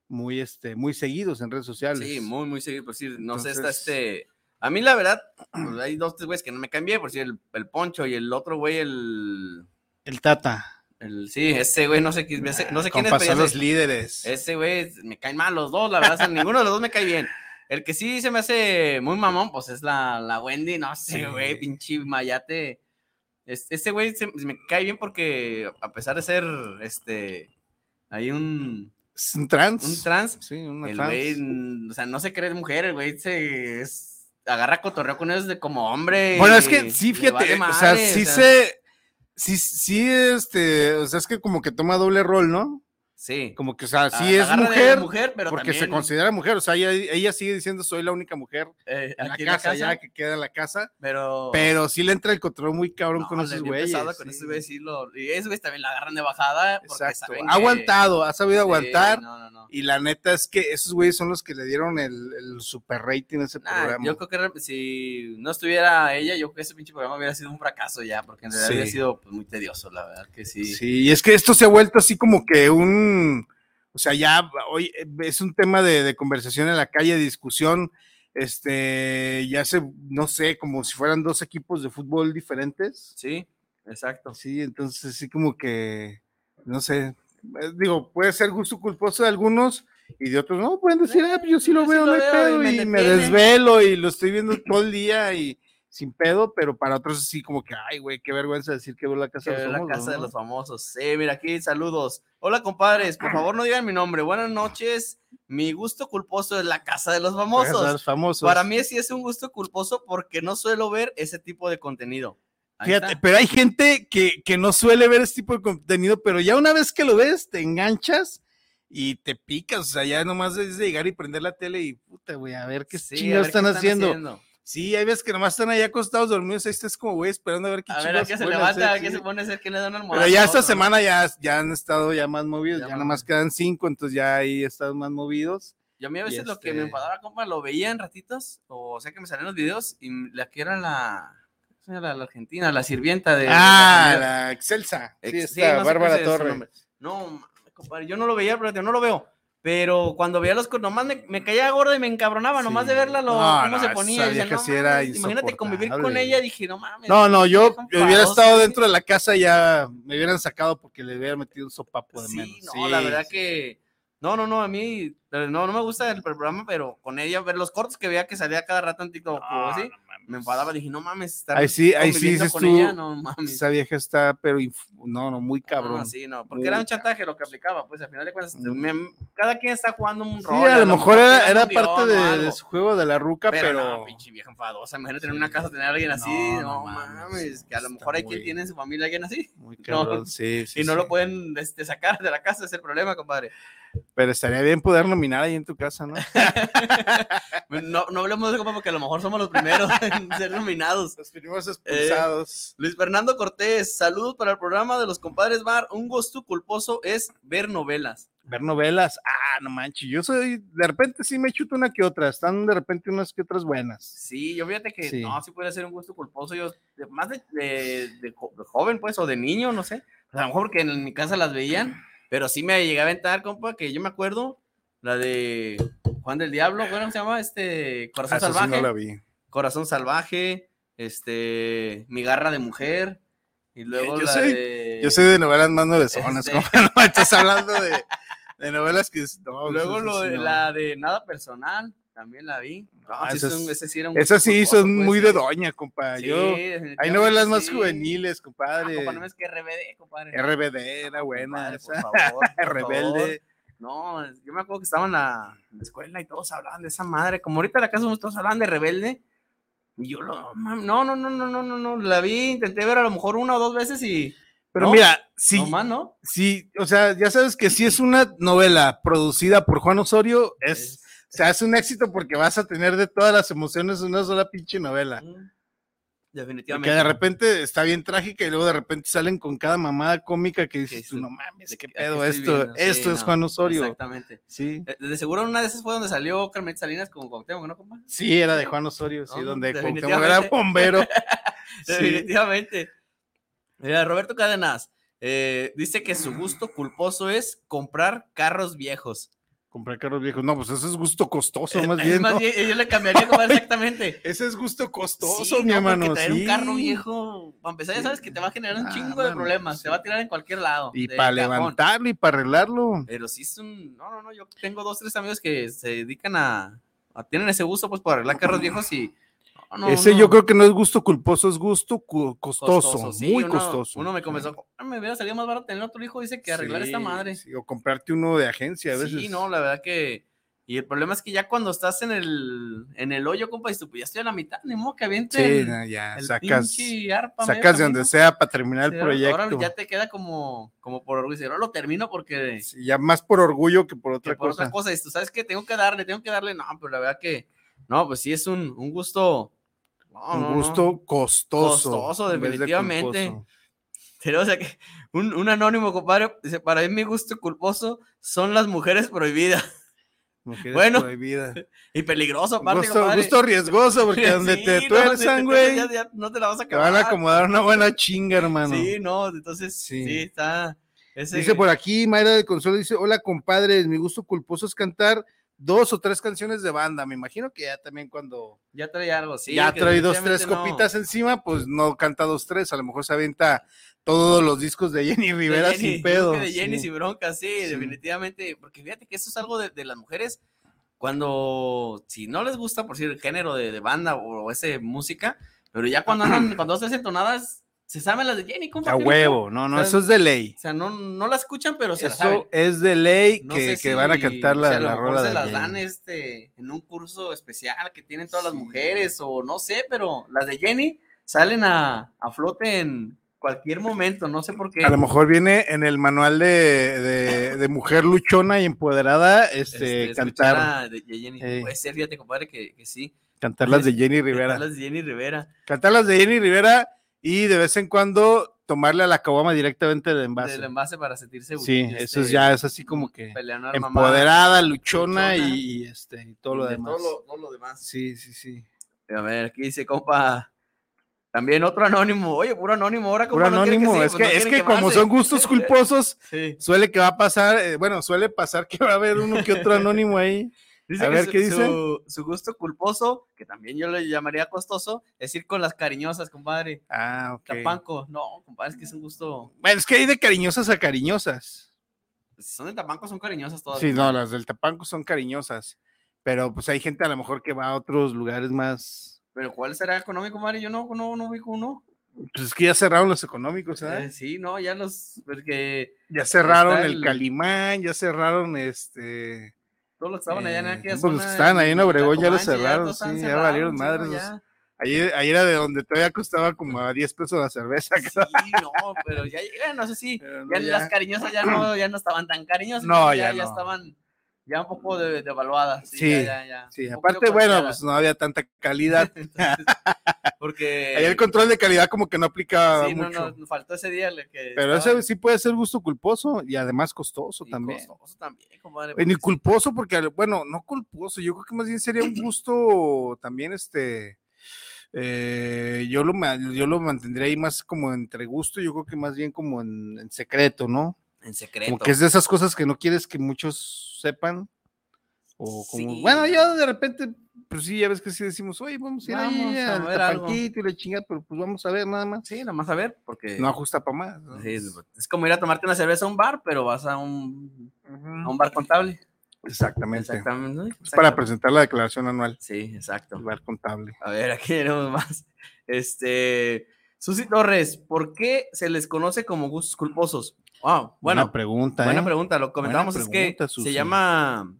Speaker 7: muy, este, muy seguidos en redes sociales.
Speaker 6: Sí, muy, muy seguido. Por si no sé, está
Speaker 7: Entonces-
Speaker 6: este. A mí, la verdad, pues, hay dos, tres güeyes que no me cambié. Por si el, el Poncho y el otro güey, el.
Speaker 7: El Tata.
Speaker 6: el- sí, ese güey, no sé, quién- ese- no sé quién es.
Speaker 7: Compas
Speaker 6: pero ya
Speaker 7: son
Speaker 6: sé-
Speaker 7: los líderes.
Speaker 6: Ese güey, me caen mal los dos, la verdad, o sea, ninguno de los dos me cae bien. El que sí se me hace muy mamón, pues es la, la Wendy, no sé, güey, pinche mayate. Es- ese güey se- me cae bien porque, a pesar de ser, este, hay un,
Speaker 7: Es un trans.
Speaker 6: un trans,
Speaker 7: Sí, una
Speaker 6: el
Speaker 7: trans.
Speaker 6: güey, mm, o sea, no se cree mujer, el güey se es- agarra cotorreo con ellos de como hombre.
Speaker 7: Bueno, es
Speaker 6: y
Speaker 7: que sí,
Speaker 6: le
Speaker 7: fíjate,
Speaker 6: vale
Speaker 7: o sea,
Speaker 6: madre,
Speaker 7: sí se. Sí, sí, este, o sea, es que como que toma doble rol, ¿no?
Speaker 6: Sí.
Speaker 7: Como que, o sea, sí
Speaker 6: a-
Speaker 7: es
Speaker 6: Ah, agarra de
Speaker 7: mujer,
Speaker 6: mujer pero
Speaker 7: porque se
Speaker 6: también,
Speaker 7: considera mujer, o sea, ella, ella sigue diciendo soy la única mujer
Speaker 6: eh,
Speaker 7: en la
Speaker 6: aquí
Speaker 7: casa,
Speaker 6: en la
Speaker 7: ya
Speaker 6: casa,
Speaker 7: que queda en la casa,
Speaker 6: pero...
Speaker 7: pero sí le entra el control muy cabrón
Speaker 6: No,
Speaker 7: con
Speaker 6: le
Speaker 7: esos
Speaker 6: dio
Speaker 7: güeyes.
Speaker 6: pesado Con
Speaker 7: sí.
Speaker 6: esos güeyes, sí, lo- y esos güeyes también la agarran de bajada. Porque
Speaker 7: Exacto.
Speaker 6: saben
Speaker 7: Ha
Speaker 6: que-
Speaker 7: aguantado, ha sabido
Speaker 6: Sí,
Speaker 7: aguantar.
Speaker 6: no, no, no.
Speaker 7: Y la neta es que esos güeyes son los que le dieron el, el super rating a ese
Speaker 6: Nah,
Speaker 7: programa.
Speaker 6: Ah, yo creo que re- si no estuviera ella, yo creo que ese pinche programa hubiera sido un fracaso ya, porque en realidad
Speaker 7: Sí.
Speaker 6: hubiera sido pues, muy tedioso, la verdad que sí.
Speaker 7: Sí, y es que esto se ha vuelto así como que un, o sea, ya hoy eh, es un tema de, de conversación en la calle, de discusión, este, ya se, no sé, como si fueran dos equipos de fútbol diferentes.
Speaker 6: Sí, exacto.
Speaker 7: Sí, entonces sí como que, no sé, eh, digo, puede ser gusto culposo de algunos y de otros, no, pueden decir, ah, pues yo sí lo
Speaker 6: Yo sí lo
Speaker 7: veo, no hay
Speaker 6: veo
Speaker 7: pedo,
Speaker 6: y me
Speaker 7: y me
Speaker 6: entretiene".
Speaker 7: desvelo y lo estoy viendo todo el día y sin pedo, pero para otros sí como que, ay, güey, qué vergüenza decir que veo la casa de
Speaker 6: Que
Speaker 7: los
Speaker 6: la
Speaker 7: famosos",
Speaker 6: casa de
Speaker 7: ¿no?
Speaker 6: los famosos. Sí, mira aquí, saludos. Hola, compadres, por favor no digan mi nombre. Buenas noches. Mi gusto culposo es la casa de los
Speaker 7: Casa de
Speaker 6: famosos.
Speaker 7: los famosos.
Speaker 6: Para mí sí es un gusto culposo porque no suelo ver ese tipo de contenido. Ahí
Speaker 7: Fíjate,
Speaker 6: está.
Speaker 7: pero hay gente que, que no suele ver este tipo de contenido, pero ya una vez que lo ves, te enganchas y te picas. O sea, ya nomás es llegar y prender la tele y puta, güey, a ver qué
Speaker 6: Sí, a
Speaker 7: chingados
Speaker 6: ver
Speaker 7: están, haciendo. Sí, hay veces que nomás están ahí acostados dormidos, ahí estás como, güey, esperando a ver qué
Speaker 6: A ver, ¿a
Speaker 7: chingados
Speaker 6: qué se
Speaker 7: pueden
Speaker 6: levanta?
Speaker 7: hacer,
Speaker 6: ¿A qué
Speaker 7: sí.
Speaker 6: se pone a hacer? ¿Quién le da una almohada?
Speaker 7: Pero ya
Speaker 6: a
Speaker 7: esta
Speaker 6: otro?
Speaker 7: semana ya, ya han estado ya más movidos,
Speaker 6: Ya
Speaker 7: ya,
Speaker 6: más
Speaker 7: nomás
Speaker 6: movidos.
Speaker 7: quedan cinco, entonces ya ahí están más movidos.
Speaker 6: Yo a mí a
Speaker 7: y
Speaker 6: veces lo que me
Speaker 7: este-
Speaker 6: enfadaba, compa, lo veía en ratitos, o sea que me salían los videos, y la que era la, ¿cómo se llama la, la argentina, la sirvienta de... de
Speaker 7: ah,
Speaker 6: Camila.
Speaker 7: la Excelsa. Sí,
Speaker 6: Ex- sí,
Speaker 7: está,
Speaker 6: no sé cuál
Speaker 7: Bárbara
Speaker 6: es su
Speaker 7: Torres.
Speaker 6: nombre. No, mames, compadre, yo no lo veía, pero no lo veo. Pero cuando veía los cor- nomás me, me caía gorda y me encabronaba, nomás de
Speaker 7: Sí.
Speaker 6: verla, lo,
Speaker 7: No,
Speaker 6: cómo
Speaker 7: no,
Speaker 6: se
Speaker 7: esa
Speaker 6: ponía. y decía,
Speaker 7: vieja
Speaker 6: no
Speaker 7: sí era
Speaker 6: mames, imagínate convivir con
Speaker 7: insoportable.
Speaker 6: ella, dije, no mames.
Speaker 7: No, no, yo,
Speaker 6: vieja
Speaker 7: yo hubiera
Speaker 6: enfadosa,
Speaker 7: estado
Speaker 6: güey".
Speaker 7: dentro de la casa ya me hubieran sacado porque le hubiera metido un sopapo de
Speaker 6: pues, Sí,
Speaker 7: menos.
Speaker 6: no, la verdad que No, no, no, a mí no, no me gusta el programa, pero con ella, ver los cortos que veía que salía cada rato en TikTok, o así, me enfadaba, dije, no mames, estar
Speaker 7: Ahí sí, ahí sí
Speaker 6: conviviendo
Speaker 7: dices
Speaker 6: con
Speaker 7: tú,
Speaker 6: ella, no mames.
Speaker 7: esa vieja está, pero inf- no, no, muy cabrón.
Speaker 6: No,
Speaker 7: sí,
Speaker 6: Ah, sí, no, porque era un chantaje lo que aplicaba, pues al final de cuentas, me- cada quien está jugando un rol.
Speaker 7: a lo mejor era,
Speaker 6: tiene
Speaker 7: era
Speaker 6: un guión
Speaker 7: parte
Speaker 6: o
Speaker 7: de,
Speaker 6: algo,
Speaker 7: de su juego de la ruca,
Speaker 6: Pero,
Speaker 7: pero...
Speaker 6: no, pinche vieja enfadosa, imagínate tener una casa, tener a alguien así, no, mames, que a lo
Speaker 7: está
Speaker 6: mejor hay quien
Speaker 7: muy-
Speaker 6: tiene en su familia alguien así,
Speaker 7: muy
Speaker 6: no,
Speaker 7: cabrón, sí, sí,
Speaker 6: y no
Speaker 7: sí.
Speaker 6: lo pueden este, sacar de la casa, es el problema, compadre.
Speaker 7: Pero estaría bien poder nominar ahí en tu casa, ¿no?
Speaker 6: No, no hablemos de eso, compa, porque a lo mejor somos los primeros en ser nominados.
Speaker 7: Los primeros expulsados.
Speaker 6: Luis Fernando Cortés, saludos para el programa de los compadres Bar. Un gusto culposo es ver novelas.
Speaker 7: Ver novelas, ah, no manches, yo soy, de repente sí me chuto una que otra, están de repente unas que otras buenas.
Speaker 6: Sí, yo fíjate que
Speaker 7: Sí.
Speaker 6: no, sí puede ser un gusto culposo. Yo, de- más de, de- de jo- de joven, pues, o de niño, no sé. pues, A lo mejor que en mi casa las veían, pero sí me llegué a aventar, compa, que yo me acuerdo la de Juan del Diablo, ¿cómo se llama? Este, Corazón
Speaker 7: Esa Ah, sí
Speaker 6: Salvaje.
Speaker 7: no la vi.
Speaker 6: Corazón Salvaje, este, Mi Garra de Mujer, y luego
Speaker 7: yo
Speaker 6: la
Speaker 7: soy-
Speaker 6: de...
Speaker 7: Yo soy de novelas más novezonas,
Speaker 6: Este-
Speaker 7: como no, estás hablando de, de novelas que... es- no,
Speaker 6: Luego
Speaker 7: eso
Speaker 6: lo
Speaker 7: sí
Speaker 6: de
Speaker 7: no.
Speaker 6: la de Nada Personal, también la vi. No,
Speaker 7: Ah,
Speaker 6: sí
Speaker 7: esas-
Speaker 6: es un- ese sí era un
Speaker 7: Esas sí
Speaker 6: culposo,
Speaker 7: son
Speaker 6: pues,
Speaker 7: muy
Speaker 6: sí.
Speaker 7: de doña, compa.
Speaker 6: Sí,
Speaker 7: Yo, hay
Speaker 6: definitivamente
Speaker 7: novelas más
Speaker 6: sí.
Speaker 7: juveniles,
Speaker 6: Ah,
Speaker 7: compadre.
Speaker 6: compa, no me es que RBD, compadre.
Speaker 7: RBD era
Speaker 6: Compadre,
Speaker 7: buena,
Speaker 6: por
Speaker 7: esa.
Speaker 6: favor, por favor.
Speaker 7: Rebelde.
Speaker 6: No, yo me acuerdo que estaba en la, en la escuela y todos hablaban de esa madre. Como ahorita en la casa somos todos hablaban de Rebelde. Y yo lo, mam- no, no, no, no, no, no, no, la vi, intenté ver a lo mejor una o dos veces y
Speaker 7: Pero
Speaker 6: No,
Speaker 7: mira, sí,
Speaker 6: no más, ¿no?
Speaker 7: sí, o sea, ya sabes que si es una novela producida por Juan Osorio, es, o sea, es un éxito porque vas a tener de todas las emociones una sola pinche novela.
Speaker 6: Mm,
Speaker 7: Que
Speaker 6: Definitivamente.
Speaker 7: de repente está bien trágica y luego de repente salen con cada mamada cómica que dices,
Speaker 6: Sí,
Speaker 7: tú,
Speaker 6: sí.
Speaker 7: no mames,
Speaker 6: ¿De
Speaker 7: qué
Speaker 6: qué- a qué
Speaker 7: pedo
Speaker 6: estoy
Speaker 7: esto,
Speaker 6: viendo? Sí,
Speaker 7: esto es
Speaker 6: no,
Speaker 7: Juan Osorio.
Speaker 6: Exactamente.
Speaker 7: Sí.
Speaker 6: Eh, De seguro una de esas fue donde salió Carmen Salinas con Cuauhtémoc, ¿no, compa?
Speaker 7: Sí, era de Juan Osorio, sí,
Speaker 6: No, no,
Speaker 7: donde Cuauhtémoc era
Speaker 6: definitivamente.
Speaker 7: bombero. Sí.
Speaker 6: Definitivamente. Mira, Roberto Cadenas eh, dice que su gusto culposo es comprar carros viejos.
Speaker 7: Comprar carros viejos. No, pues eso es gusto costoso, más
Speaker 6: Es
Speaker 7: bien.
Speaker 6: más
Speaker 7: ¿no?
Speaker 6: bien, yo le cambiaría compa, exactamente.
Speaker 7: Ese es gusto costoso,
Speaker 6: Sí,
Speaker 7: mi
Speaker 6: no, porque
Speaker 7: hermano.
Speaker 6: Traer
Speaker 7: sí.
Speaker 6: un carro viejo, para empezar, ya sabes que te va a generar un
Speaker 7: Ah,
Speaker 6: chingo de
Speaker 7: mames,
Speaker 6: problemas. Te
Speaker 7: sí.
Speaker 6: va a tirar en cualquier lado.
Speaker 7: Y
Speaker 6: de
Speaker 7: para
Speaker 6: cajón.
Speaker 7: levantarlo y para arreglarlo.
Speaker 6: Pero sí es un. No, no, no. Yo tengo dos, tres amigos que se dedican a. a- tienen ese gusto, pues, por arreglar carros viejos y. no, no,
Speaker 7: Ese
Speaker 6: no.
Speaker 7: yo creo que no es gusto culposo, es gusto cu- costoso,
Speaker 6: sí,
Speaker 7: muy
Speaker 6: uno-
Speaker 7: costoso.
Speaker 6: Uno me
Speaker 7: comenzó
Speaker 6: comenzó, "Ah, me hubiera salido más barato tener otro hijo, dice que arreglar esta madre. Sí,
Speaker 7: o comprarte uno de agencia a veces.
Speaker 6: no, la verdad que. Y el problema es que ya cuando estás en el, en el hoyo, compa, y tú, pues ya estoy a la mitad, ni modo que aviente.
Speaker 7: Sí,
Speaker 6: el-
Speaker 7: no, ya
Speaker 6: el
Speaker 7: sacas,
Speaker 6: pinche arpa a medio
Speaker 7: sacas de donde
Speaker 6: camino.
Speaker 7: sea para terminar el
Speaker 6: Sí, ahora-
Speaker 7: proyecto.
Speaker 6: Ahora ya te queda como, como por orgullo. Dice, no lo termino porque
Speaker 7: Sí, ya más por orgullo que por
Speaker 6: que
Speaker 7: otra
Speaker 6: por
Speaker 7: cosa.
Speaker 6: otra cosa. Dices, tú sabes que tengo que darle, tengo que darle. No, pero la verdad que, no, pues sí es un, un gusto. no, no,
Speaker 7: un
Speaker 6: no.
Speaker 7: gusto costoso.
Speaker 6: Costoso,
Speaker 7: en vez de
Speaker 6: definitivamente.
Speaker 7: culposo.
Speaker 6: Pero, o sea, que un, un anónimo, compadre, dice, para mí mi gusto culposo son las mujeres prohibidas.
Speaker 7: Mujeres
Speaker 6: Bueno,
Speaker 7: prohibidas.
Speaker 6: Y peligroso, aparte,
Speaker 7: Gusto,
Speaker 6: compadre.
Speaker 7: gusto riesgoso, porque donde
Speaker 6: Sí,
Speaker 7: te
Speaker 6: no,
Speaker 7: tuerzan,
Speaker 6: donde te-
Speaker 7: güey,
Speaker 6: ya- ya No te la vas a
Speaker 7: te van
Speaker 6: acabar.
Speaker 7: a acomodar una buena chinga, hermano.
Speaker 6: Sí, no, entonces,
Speaker 7: Sí.
Speaker 6: sí, está. Ese,
Speaker 7: Dice por aquí, Mayra del Consuelo dice, hola compadres, mi gusto culposo es cantar dos o tres canciones de banda. Me imagino que ya también cuando
Speaker 6: Ya trae algo, sí.
Speaker 7: ya
Speaker 6: que
Speaker 7: trae dos, tres
Speaker 6: definitivamente no.
Speaker 7: copitas encima, pues no canta dos, tres, a lo mejor se avienta todos los discos de Jenny
Speaker 6: De
Speaker 7: Rivera
Speaker 6: Jenny,
Speaker 7: sin
Speaker 6: yo creo
Speaker 7: pedo.
Speaker 6: que De Jenny
Speaker 7: sí.
Speaker 6: sin bronca, sí,
Speaker 7: Sí.
Speaker 6: definitivamente. Porque fíjate que eso es algo de, de las mujeres. Cuando, si no les gusta, por decir, el género de, de banda o, ese música, pero ya cuando andan, cuando hacen entonadas, se saben las de Jenny, compa.
Speaker 7: A
Speaker 6: ¿qué le
Speaker 7: huevo, no, no,
Speaker 6: O sea,
Speaker 7: eso es de ley.
Speaker 6: O sea, no, no la escuchan, pero se la saben.
Speaker 7: Eso es de ley
Speaker 6: No
Speaker 7: que,
Speaker 6: sé
Speaker 7: que
Speaker 6: si-
Speaker 7: van a cantar la,
Speaker 6: si a lo
Speaker 7: la
Speaker 6: mejor
Speaker 7: rola
Speaker 6: se
Speaker 7: de
Speaker 6: las
Speaker 7: Jenny.
Speaker 6: dan este, en un curso especial que tienen todas
Speaker 7: Sí.
Speaker 6: las mujeres o no sé, pero las de Jenny salen a, a flote en cualquier momento, no sé por qué.
Speaker 7: A lo mejor viene en el manual de, de- de mujer luchona y empoderada
Speaker 6: Este,
Speaker 7: este,
Speaker 6: escuchar
Speaker 7: cantar,
Speaker 6: a de- de Jenny.
Speaker 7: Ey.
Speaker 6: Puede ser, fíjate, compadre, que, que sí.
Speaker 7: cantar las de Jenny Rivera.
Speaker 6: Las de Jenny Rivera.
Speaker 7: Cantar las de Jenny Rivera y de vez en cuando tomarle a la caguama directamente del envase.
Speaker 6: Del envase para sentirse.
Speaker 7: sí,
Speaker 6: este,
Speaker 7: eso es ya es así como que
Speaker 6: peleando al mamá,
Speaker 7: empoderada, luchona,
Speaker 6: luchona.
Speaker 7: y, y, este, y todo lo
Speaker 6: de
Speaker 7: demás.
Speaker 6: Todo lo, todo lo demás.
Speaker 7: Sí, sí, sí.
Speaker 6: A ver, aquí dice, compa. También otro anónimo. Oye, puro anónimo. Ahora,
Speaker 7: Puro
Speaker 6: compa, no quieren
Speaker 7: anónimo,
Speaker 6: siga,
Speaker 7: es que,
Speaker 6: pues, no
Speaker 7: es
Speaker 6: quieren
Speaker 7: que como
Speaker 6: quemarse.
Speaker 7: son gustos culposos,
Speaker 6: Sí.
Speaker 7: suele que va a pasar, eh, bueno, suele pasar que va a haber uno que otro anónimo ahí.
Speaker 6: Dice
Speaker 7: A
Speaker 6: que
Speaker 7: ver,
Speaker 6: su,
Speaker 7: ¿qué dice?
Speaker 6: Su, su gusto culposo, que también yo le llamaría costoso, es ir con las cariñosas, compadre.
Speaker 7: Ah, ok.
Speaker 6: Tapanco. No, compadre, es que es un gusto. pues,
Speaker 7: Bueno, es que hay de cariñosas a cariñosas.
Speaker 6: Son de Tapanco, son cariñosas todas.
Speaker 7: Sí, no, las del Tapanco son cariñosas, pero pues hay gente a lo mejor que va a otros lugares más.
Speaker 6: Pero ¿cuál será económico, Mario? Yo no, no, no ubico uno.
Speaker 7: Pues es que ya cerraron los económicos, ¿sabes?
Speaker 6: Eh, sí, no, ya los, porque
Speaker 7: ya cerraron
Speaker 6: está
Speaker 7: el,
Speaker 6: el-
Speaker 7: Calimán, ya cerraron este.
Speaker 6: todos los que estaban allá en
Speaker 7: Eh,
Speaker 6: aquella
Speaker 7: pues los que
Speaker 6: zona,
Speaker 7: estaban
Speaker 6: en
Speaker 7: ahí en Obregón ya los
Speaker 6: Catamanche,
Speaker 7: cerraron,
Speaker 6: todos estaban
Speaker 7: sí, ya
Speaker 6: cerrados,
Speaker 7: valieron
Speaker 6: sí,
Speaker 7: madres
Speaker 6: no,
Speaker 7: los-
Speaker 6: ya.
Speaker 7: Ayer, ayer era de donde todavía costaba como a 10 pesos la cerveza. cabrón.
Speaker 6: Sí, no, pero ya, eh, no sé si
Speaker 7: Pero no,
Speaker 6: ya
Speaker 7: ya.
Speaker 6: las cariñosas ya no, ya no estaban tan cariñosas.
Speaker 7: No,
Speaker 6: ya,
Speaker 7: ya no.
Speaker 6: estaban ya un poco de- devaluadas. Sí,
Speaker 7: Sí,
Speaker 6: ya, ya, ya.
Speaker 7: Sí,
Speaker 6: Un poquito
Speaker 7: aparte, bueno,
Speaker 6: cualquiera,
Speaker 7: pues no había tanta calidad.
Speaker 6: porque
Speaker 7: Ayer el control de calidad como que no aplicaba
Speaker 6: sí, no,
Speaker 7: mucho.
Speaker 6: no, faltó ese día el que
Speaker 7: Pero
Speaker 6: estaba- pues,
Speaker 7: ese sí puede ser gusto culposo y además costoso
Speaker 6: y
Speaker 7: también.
Speaker 6: costoso también, comadre,
Speaker 7: Eh, Ni
Speaker 6: porque
Speaker 7: culposo, porque, al- bueno, no culposo, yo creo que más bien sería un gusto también, este, eh, yo, lo, ma- yo lo mantendría ahí más como entre gusto, yo creo que más bien como en, en secreto, ¿no?
Speaker 6: en secreto.
Speaker 7: Como que es de esas cosas que no quieres que muchos sepan. O como,
Speaker 6: Sí.
Speaker 7: bueno, yo de repente, pues sí, ya ves que sí decimos, oye, vamos a ir
Speaker 6: Vamos
Speaker 7: ahí
Speaker 6: a
Speaker 7: al
Speaker 6: ver algo".
Speaker 7: tapanquito y la chingada, pero pues vamos a ver nada más.
Speaker 6: Sí, nada más a ver, porque
Speaker 7: No ajusta para más. ¿no?
Speaker 6: sí, es- es como ir a tomarte una cerveza a un bar, pero vas a un, a un bar contable.
Speaker 7: Exactamente.
Speaker 6: Exactamente. ¿no?
Speaker 7: Es para
Speaker 6: Exacto.
Speaker 7: presentar la declaración anual
Speaker 6: Sí, exacto.
Speaker 7: del bar contable.
Speaker 6: A ver, aquí tenemos más. Este, Susi Torres, ¿por qué se les conoce como gustos culposos? Wow, bueno,
Speaker 7: buena pregunta.
Speaker 6: Buena
Speaker 7: ¿eh?
Speaker 6: pregunta, lo comentábamos, es
Speaker 7: pregunta,
Speaker 6: que
Speaker 7: Susi.
Speaker 6: se llama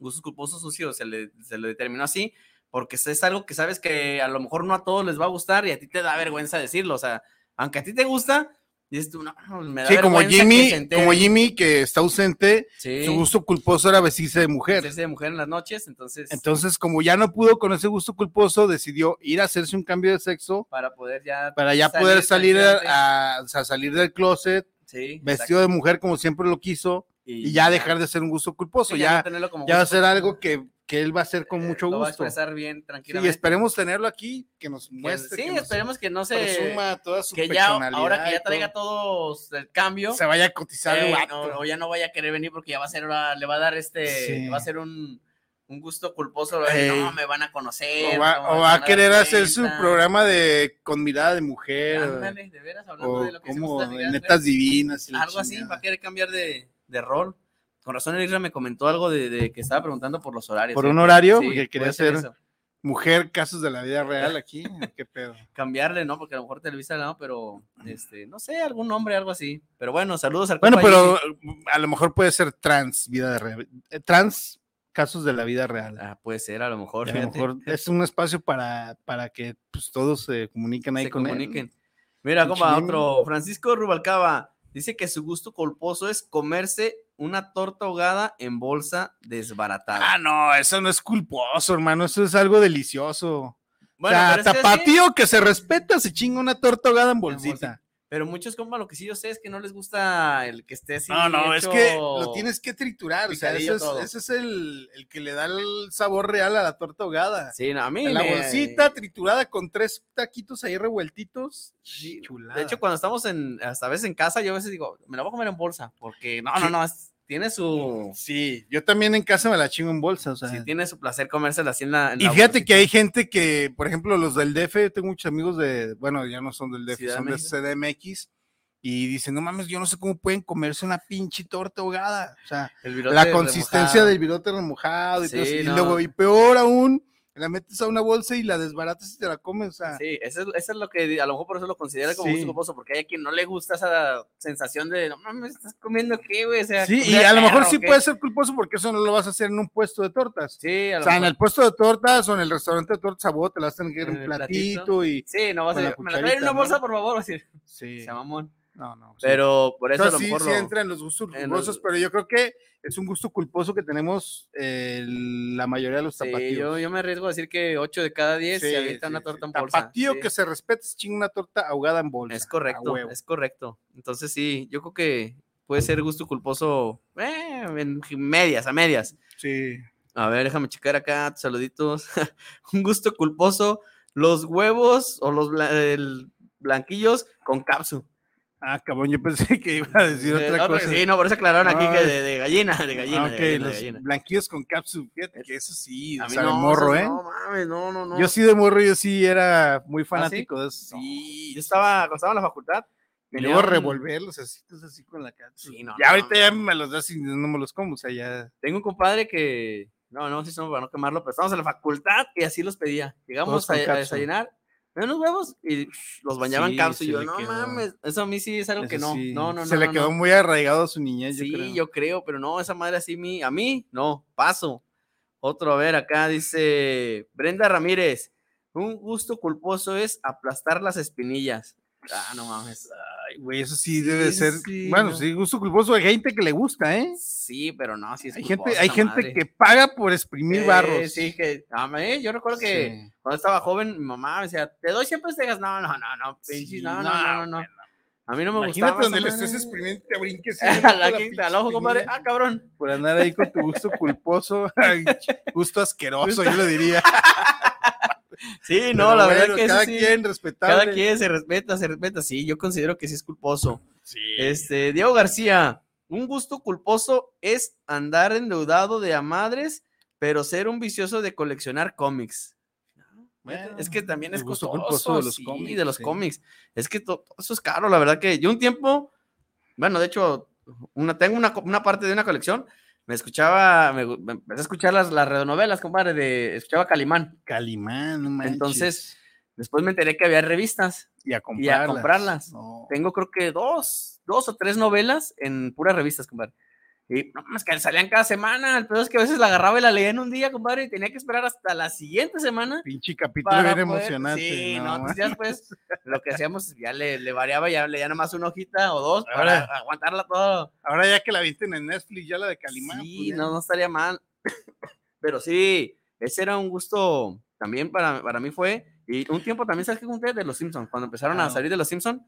Speaker 6: gustos culposos sucios, se le, se le determinó así, porque es- es algo que sabes que a lo mejor no a todos les va a gustar y a ti te da vergüenza decirlo, o sea, aunque a ti te gusta, dices tú, no, me da
Speaker 7: Sí, como
Speaker 6: vergüenza que
Speaker 7: Jimmy,
Speaker 6: se entere".
Speaker 7: como Jimmy que está ausente,
Speaker 6: Sí,
Speaker 7: su gusto culposo era vestirse de mujer.
Speaker 6: vestirse de mujer en las noches, entonces,
Speaker 7: Entonces, como ya no pudo con ese gusto culposo, decidió ir a hacerse un cambio de sexo
Speaker 6: para poder ya...
Speaker 7: para ya poder salir
Speaker 6: tranquilamente.
Speaker 7: a, a- a salir del closet,
Speaker 6: Sí, exacto.
Speaker 7: vestido de mujer como siempre lo quiso, y ya dejar de ser un gusto culposo.
Speaker 6: sí, no
Speaker 7: Ya,
Speaker 6: tenerlo como
Speaker 7: ya va a
Speaker 6: gusto,
Speaker 7: ser algo que, que él va a hacer con
Speaker 6: eh,
Speaker 7: mucho
Speaker 6: Lo va a
Speaker 7: gusto.
Speaker 6: expresar bien,
Speaker 7: Sí,
Speaker 6: tranquilamente.
Speaker 7: y esperemos tenerlo aquí, que nos
Speaker 6: Que-
Speaker 7: muestre.
Speaker 6: sí,
Speaker 7: que nos
Speaker 6: esperemos que no se...
Speaker 7: presuma toda su
Speaker 6: que ya ahora
Speaker 7: personalidad
Speaker 6: que
Speaker 7: y
Speaker 6: ya traiga
Speaker 7: todo,
Speaker 6: todos el cambio
Speaker 7: se vaya a cotizar el
Speaker 6: eh,
Speaker 7: vato.
Speaker 6: no, o ya no vaya a querer venir porque ya va a ser ahora- le va a dar este
Speaker 7: Sí.
Speaker 6: va a ser un, un gusto culposo eh,
Speaker 7: Ey.
Speaker 6: no me van a conocer
Speaker 7: O va,
Speaker 6: no,
Speaker 7: o
Speaker 6: me
Speaker 7: va
Speaker 6: van
Speaker 7: a querer
Speaker 6: dar
Speaker 7: hacer su
Speaker 6: cuenta.
Speaker 7: programa de con mirada de mujer.
Speaker 6: Ándale, de veras hablando
Speaker 7: o
Speaker 6: de lo que se
Speaker 7: como
Speaker 6: gusta, digas,
Speaker 7: netas divinas. y la
Speaker 6: pues, algo así va
Speaker 7: chingada.
Speaker 6: a querer cambiar de, de rol con razón el Isra me comentó algo de, de que estaba preguntando por los horarios
Speaker 7: Por
Speaker 6: ¿eh?
Speaker 7: un horario,
Speaker 6: Sí,
Speaker 7: porque quería
Speaker 6: puede ser
Speaker 7: hacer
Speaker 6: eso.
Speaker 7: mujer, casos de la vida real aquí. ¿Qué pedo?
Speaker 6: cambiarle no porque a lo mejor Televisa no pero este no sé algún nombre algo así pero bueno saludos al
Speaker 7: Bueno,
Speaker 6: compa
Speaker 7: pero
Speaker 6: Jimmy.
Speaker 7: a lo mejor puede ser trans, vida de re- eh, Trans, casos de la vida real.
Speaker 6: Ah, puede ser a lo mejor,
Speaker 7: a lo
Speaker 6: fíjate.
Speaker 7: mejor es un espacio para, para que pues, todos se comuniquen ahí
Speaker 6: se
Speaker 7: con él.
Speaker 6: comuniquen. Mira,
Speaker 7: Pinche
Speaker 6: compa,
Speaker 7: Jimmy.
Speaker 6: otro. Francisco Rubalcaba dice que su gusto culposo es comerse una torta ahogada en bolsa desbaratada.
Speaker 7: Ah, no, eso no es culposo, hermano. Eso es algo delicioso. o
Speaker 6: pero
Speaker 7: sea,
Speaker 6: es que sí,
Speaker 7: tapatío que se respeta, se chinga una torta ahogada en bolsita.
Speaker 6: bolsita. pero muchos, compa, lo que sí yo sé es que no les gusta el que esté así.
Speaker 7: No, no, es que lo
Speaker 6: hecho-
Speaker 7: tienes que triturar. O sea,
Speaker 6: picadillo
Speaker 7: ese es,
Speaker 6: todo.
Speaker 7: ese es el, el que le da el sabor real a la torta ahogada.
Speaker 6: Sí, no, a mí.
Speaker 7: la
Speaker 6: me-
Speaker 7: bolsita triturada con tres taquitos ahí revueltitos.
Speaker 6: Sí,
Speaker 7: Chulada.
Speaker 6: De hecho, cuando estamos en, hasta a veces en casa, yo a veces digo, me la voy a comer en bolsa, porque no, no, no, es- tiene su,
Speaker 7: sí, yo también en casa me la chingo en bolsa. O sea.
Speaker 6: sí, tiene su placer comérsela así en la. en
Speaker 7: y
Speaker 6: la
Speaker 7: fíjate que
Speaker 6: bolsita.
Speaker 7: hay gente que, por ejemplo, los del DF, yo tengo muchos amigos de, bueno, ya no son del DF,
Speaker 6: Ciudad de
Speaker 7: son de
Speaker 6: México.
Speaker 7: CDMX. Y dicen, no mames, yo no sé cómo pueden comerse una pinche torta ahogada. O sea,
Speaker 6: El
Speaker 7: la
Speaker 6: virote
Speaker 7: consistencia
Speaker 6: remojado.
Speaker 7: del virote remojado y, todo
Speaker 6: Sí,
Speaker 7: eso, y
Speaker 6: no.
Speaker 7: luego, y peor aún, la metes a una bolsa y la desbaratas y te la comes. O sea,
Speaker 6: Sí, eso, es- eso es lo que di- a lo mejor por eso lo considera como
Speaker 7: Sí.
Speaker 6: gusto culposo, porque hay a quien no le gusta esa sensación de, no mames, estás comiendo qué, güey. O sea,
Speaker 7: sí, y
Speaker 6: comida
Speaker 7: a lo
Speaker 6: de
Speaker 7: mejor
Speaker 6: perro,
Speaker 7: sí
Speaker 6: ¿qué?
Speaker 7: puede ser culposo porque eso no lo vas a hacer en un puesto de tortas.
Speaker 6: Sí, a
Speaker 7: O
Speaker 6: lo
Speaker 7: sea, en
Speaker 6: mejor.
Speaker 7: el puesto de tortas o en el restaurante de tortas a vos te las tienen que ir
Speaker 6: En
Speaker 7: en
Speaker 6: el
Speaker 7: platito, y.
Speaker 6: Sí, no vas a
Speaker 7: con la
Speaker 6: decir, me la traen en
Speaker 7: cucharita,
Speaker 6: una
Speaker 7: ¿no?
Speaker 6: bolsa, por favor, así.
Speaker 7: Sí.
Speaker 6: Se mamón.
Speaker 7: No, no. pues sí.
Speaker 6: Pero por eso a lo
Speaker 7: Entonces, sí,
Speaker 6: mejor
Speaker 7: sí
Speaker 6: lo-
Speaker 7: entra en los gustos
Speaker 6: en
Speaker 7: culposos,
Speaker 6: los-
Speaker 7: pero yo creo que es un gusto culposo que tenemos eh, la mayoría de los
Speaker 6: Sí,
Speaker 7: tapatíos.
Speaker 6: yo, yo me arriesgo a decir que 8 de cada 10
Speaker 7: Sí,
Speaker 6: se avienta
Speaker 7: sí,
Speaker 6: una
Speaker 7: sí.
Speaker 6: torta en bolsa.
Speaker 7: Tapatío
Speaker 6: Sí,
Speaker 7: que se respete, es chinga una torta ahogada en bolsa.
Speaker 6: Es
Speaker 7: a
Speaker 6: correcto,
Speaker 7: huevo.
Speaker 6: es correcto. Entonces sí, yo creo que puede ser gusto culposo eh, en medias, a medias.
Speaker 7: Sí.
Speaker 6: A ver, déjame checar acá, tus saluditos. Un gusto culposo. Los huevos o los bla- el- blanquillos con capsu.
Speaker 7: Ah, cabrón, yo pensé que iba a decir
Speaker 6: Eh,
Speaker 7: otra
Speaker 6: otro-
Speaker 7: cosa.
Speaker 6: Sí, no, por eso aclararon aquí
Speaker 7: No,
Speaker 6: que
Speaker 7: es-
Speaker 6: de, de gallina, de gallina,
Speaker 7: Ah,
Speaker 6: de
Speaker 7: ok,
Speaker 6: gallina, de
Speaker 7: los
Speaker 6: gallina.
Speaker 7: blanquillos con cápsula, fíjate que eso sí,
Speaker 6: A
Speaker 7: o
Speaker 6: mí
Speaker 7: sea, de
Speaker 6: no,
Speaker 7: morro,
Speaker 6: eso
Speaker 7: ¿eh?
Speaker 6: No, mames, no, no, ¿Ah, no.
Speaker 7: Yo sí de morro, yo sí era muy fanático de eso.
Speaker 6: No,
Speaker 7: Sí,
Speaker 6: yo estaba, cuando estaba en la facultad,
Speaker 7: Y luego revolverlos así, pues, así con la cara.
Speaker 6: Sí, no,
Speaker 7: ya
Speaker 6: no,
Speaker 7: ahorita
Speaker 6: no.
Speaker 7: ya me los das y no me los como, o sea, ya.
Speaker 6: Tengo un compadre que, no, no, si somos para no quemarlo, pero estamos en la facultad y así los pedía.
Speaker 7: Todos
Speaker 6: Llegamos a,
Speaker 7: con
Speaker 6: a
Speaker 7: cápsula.
Speaker 6: desayunar, me dan unos huevos y psh, los bañaban
Speaker 7: Sí,
Speaker 6: cápsula.
Speaker 7: se
Speaker 6: Y yo,
Speaker 7: le
Speaker 6: no
Speaker 7: quedó.
Speaker 6: mames, eso a mí sí es algo que
Speaker 7: eso
Speaker 6: no.
Speaker 7: sí,
Speaker 6: no, no,
Speaker 7: Se
Speaker 6: no,
Speaker 7: le
Speaker 6: no,
Speaker 7: quedó
Speaker 6: no.
Speaker 7: muy arraigado a su niñez,
Speaker 6: sí,
Speaker 7: yo creo.
Speaker 6: yo creo, pero no, esa madre así mi, a mí, no, paso. Otro, a ver, acá dice Brenda Ramírez, un gusto culposo es aplastar las espinillas. Ah, no mames.
Speaker 7: Ay, güey, eso sí debe
Speaker 6: Sí,
Speaker 7: ser.
Speaker 6: sí,
Speaker 7: bueno,
Speaker 6: no.
Speaker 7: sí, gusto culposo. Hay gente que le gusta, ¿eh?
Speaker 6: Sí, pero no, sí es
Speaker 7: Hay gente,
Speaker 6: culposo
Speaker 7: hay
Speaker 6: esa
Speaker 7: gente
Speaker 6: madre.
Speaker 7: que paga por exprimir
Speaker 6: Eh,
Speaker 7: barros.
Speaker 6: Sí, que, a mí, yo recuerdo que
Speaker 7: Sí.
Speaker 6: cuando estaba joven, mi mamá me decía, te doy siempre cegas. No, no, no, no, pinches,
Speaker 7: Sí,
Speaker 6: no, no,
Speaker 7: no,
Speaker 6: no, no, no. A mí no me
Speaker 7: Imagínate
Speaker 6: gustaba. esa
Speaker 7: donde le
Speaker 6: madre.
Speaker 7: estés exprimiendo y te brinques. y le
Speaker 6: A la
Speaker 7: metas la
Speaker 6: quinta, al
Speaker 7: pinche
Speaker 6: ojo, compadre.
Speaker 7: espinilla.
Speaker 6: Ah, cabrón.
Speaker 7: Por andar ahí con tu gusto culposo, ay, gusto asqueroso, yo le diría.
Speaker 6: Sí, no,
Speaker 7: Pero
Speaker 6: la verdad
Speaker 7: bueno,
Speaker 6: que eso
Speaker 7: cada
Speaker 6: sí,
Speaker 7: quien respetable.
Speaker 6: Cada quien se respeta, se respeta. Sí, yo considero que sí es culposo.
Speaker 7: Sí.
Speaker 6: Este, Diego García, un gusto culposo es andar endeudado de a madres, pero ser un vicioso de coleccionar cómics.
Speaker 7: Bueno,
Speaker 6: Es que también es
Speaker 7: el gusto
Speaker 6: costoso,
Speaker 7: culposo de los
Speaker 6: sí,
Speaker 7: cómics,
Speaker 6: de los
Speaker 7: sí.
Speaker 6: cómics. Es que to- todo eso es caro, la verdad que yo un tiempo, bueno, de hecho, una, tengo una, co- una parte de una colección, me escuchaba, me, gu- me empecé a escuchar las, las radionovelas, compadre, de, escuchaba Calimán.
Speaker 7: Calimán, no manches.
Speaker 6: Entonces, después me enteré que había revistas.
Speaker 7: y
Speaker 6: y
Speaker 7: a
Speaker 6: a
Speaker 7: comprarlas.
Speaker 6: comprarlas.
Speaker 7: No.
Speaker 6: Tengo creo que dos, dos o tres novelas en puras revistas, compadre. Y no más que salían cada semana, el peor es que a veces la agarraba y la leía en un día, compadre, y tenía que esperar hasta la siguiente semana
Speaker 7: Pinche capítulo
Speaker 6: para
Speaker 7: bien
Speaker 6: poder-
Speaker 7: emocionante.
Speaker 6: Sí,
Speaker 7: no
Speaker 6: no,
Speaker 7: manches.
Speaker 6: entonces ya después lo que hacíamos, ya le, le variaba, ya leía nada más una hojita o dos para
Speaker 7: Ahora-
Speaker 6: aguantarla todo.
Speaker 7: Ahora ya que la viste en Netflix, ya la de Calimán. pues
Speaker 6: sí,
Speaker 7: ya.
Speaker 6: no, no estaría mal. Pero sí, ese era un gusto también para, para mí fue. Y un tiempo también, ¿sabes qué compré? De los Simpsons. Cuando empezaron
Speaker 7: Ah,
Speaker 6: a
Speaker 7: no.
Speaker 6: salir de los Simpsons,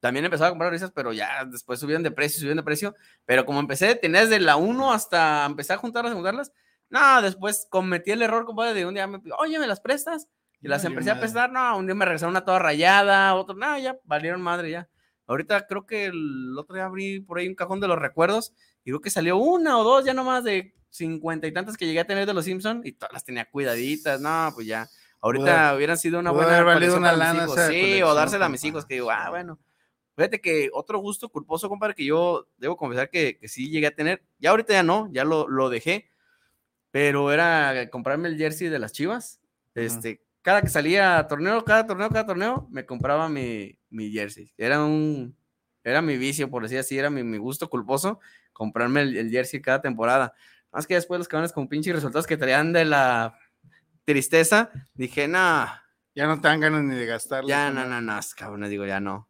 Speaker 6: también empezaba a comprar revistas, pero ya después subieron de precio, subieron de precio. Pero como empecé, tenía desde la 1 hasta empecé a juntarlas, a juntarlas. No, después cometí el error, compadre, de un día me pidió, oye, ¿me las prestas? Y las
Speaker 7: Valió
Speaker 6: empecé a
Speaker 7: madre.
Speaker 6: prestar, no, un día me regresaron una toda rayada, otro, no, ya, valieron madre ya. Ahorita creo que el otro día abrí por ahí un cajón de los recuerdos y creo que salió una o dos ya nomás de cincuenta y tantas que llegué a tener de los Simpsons y todas las tenía cuidaditas, no, pues ya. Ahorita
Speaker 7: Pudo-
Speaker 6: hubieran sido una
Speaker 7: pudo
Speaker 6: buena
Speaker 7: haber valido
Speaker 6: colección
Speaker 7: una
Speaker 6: para mis
Speaker 7: lana
Speaker 6: hijos,
Speaker 7: esa
Speaker 6: Sí, o
Speaker 7: colección,
Speaker 6: dársela a mis
Speaker 7: compa.
Speaker 6: hijos, que digo, ah,
Speaker 7: Sí.
Speaker 6: bueno. Fíjate que otro gusto culposo, compadre, que yo debo confesar que, que sí llegué a tener. Ya ahorita ya no, ya lo, lo dejé. Pero era comprarme el jersey de las chivas.
Speaker 7: Ajá.
Speaker 6: Este, cada que salía a torneo, cada torneo, cada torneo, me compraba mi, mi jersey. Era un. Era mi vicio, por decir así, era mi, mi gusto culposo comprarme el, el jersey cada temporada. Más que después los cabrones con pinches resultados que traían de la tristeza, dije, nah,
Speaker 7: Ya no te dan ganas ni de gastarlo.
Speaker 6: ya, no, no, no, cabrones, digo, ya no.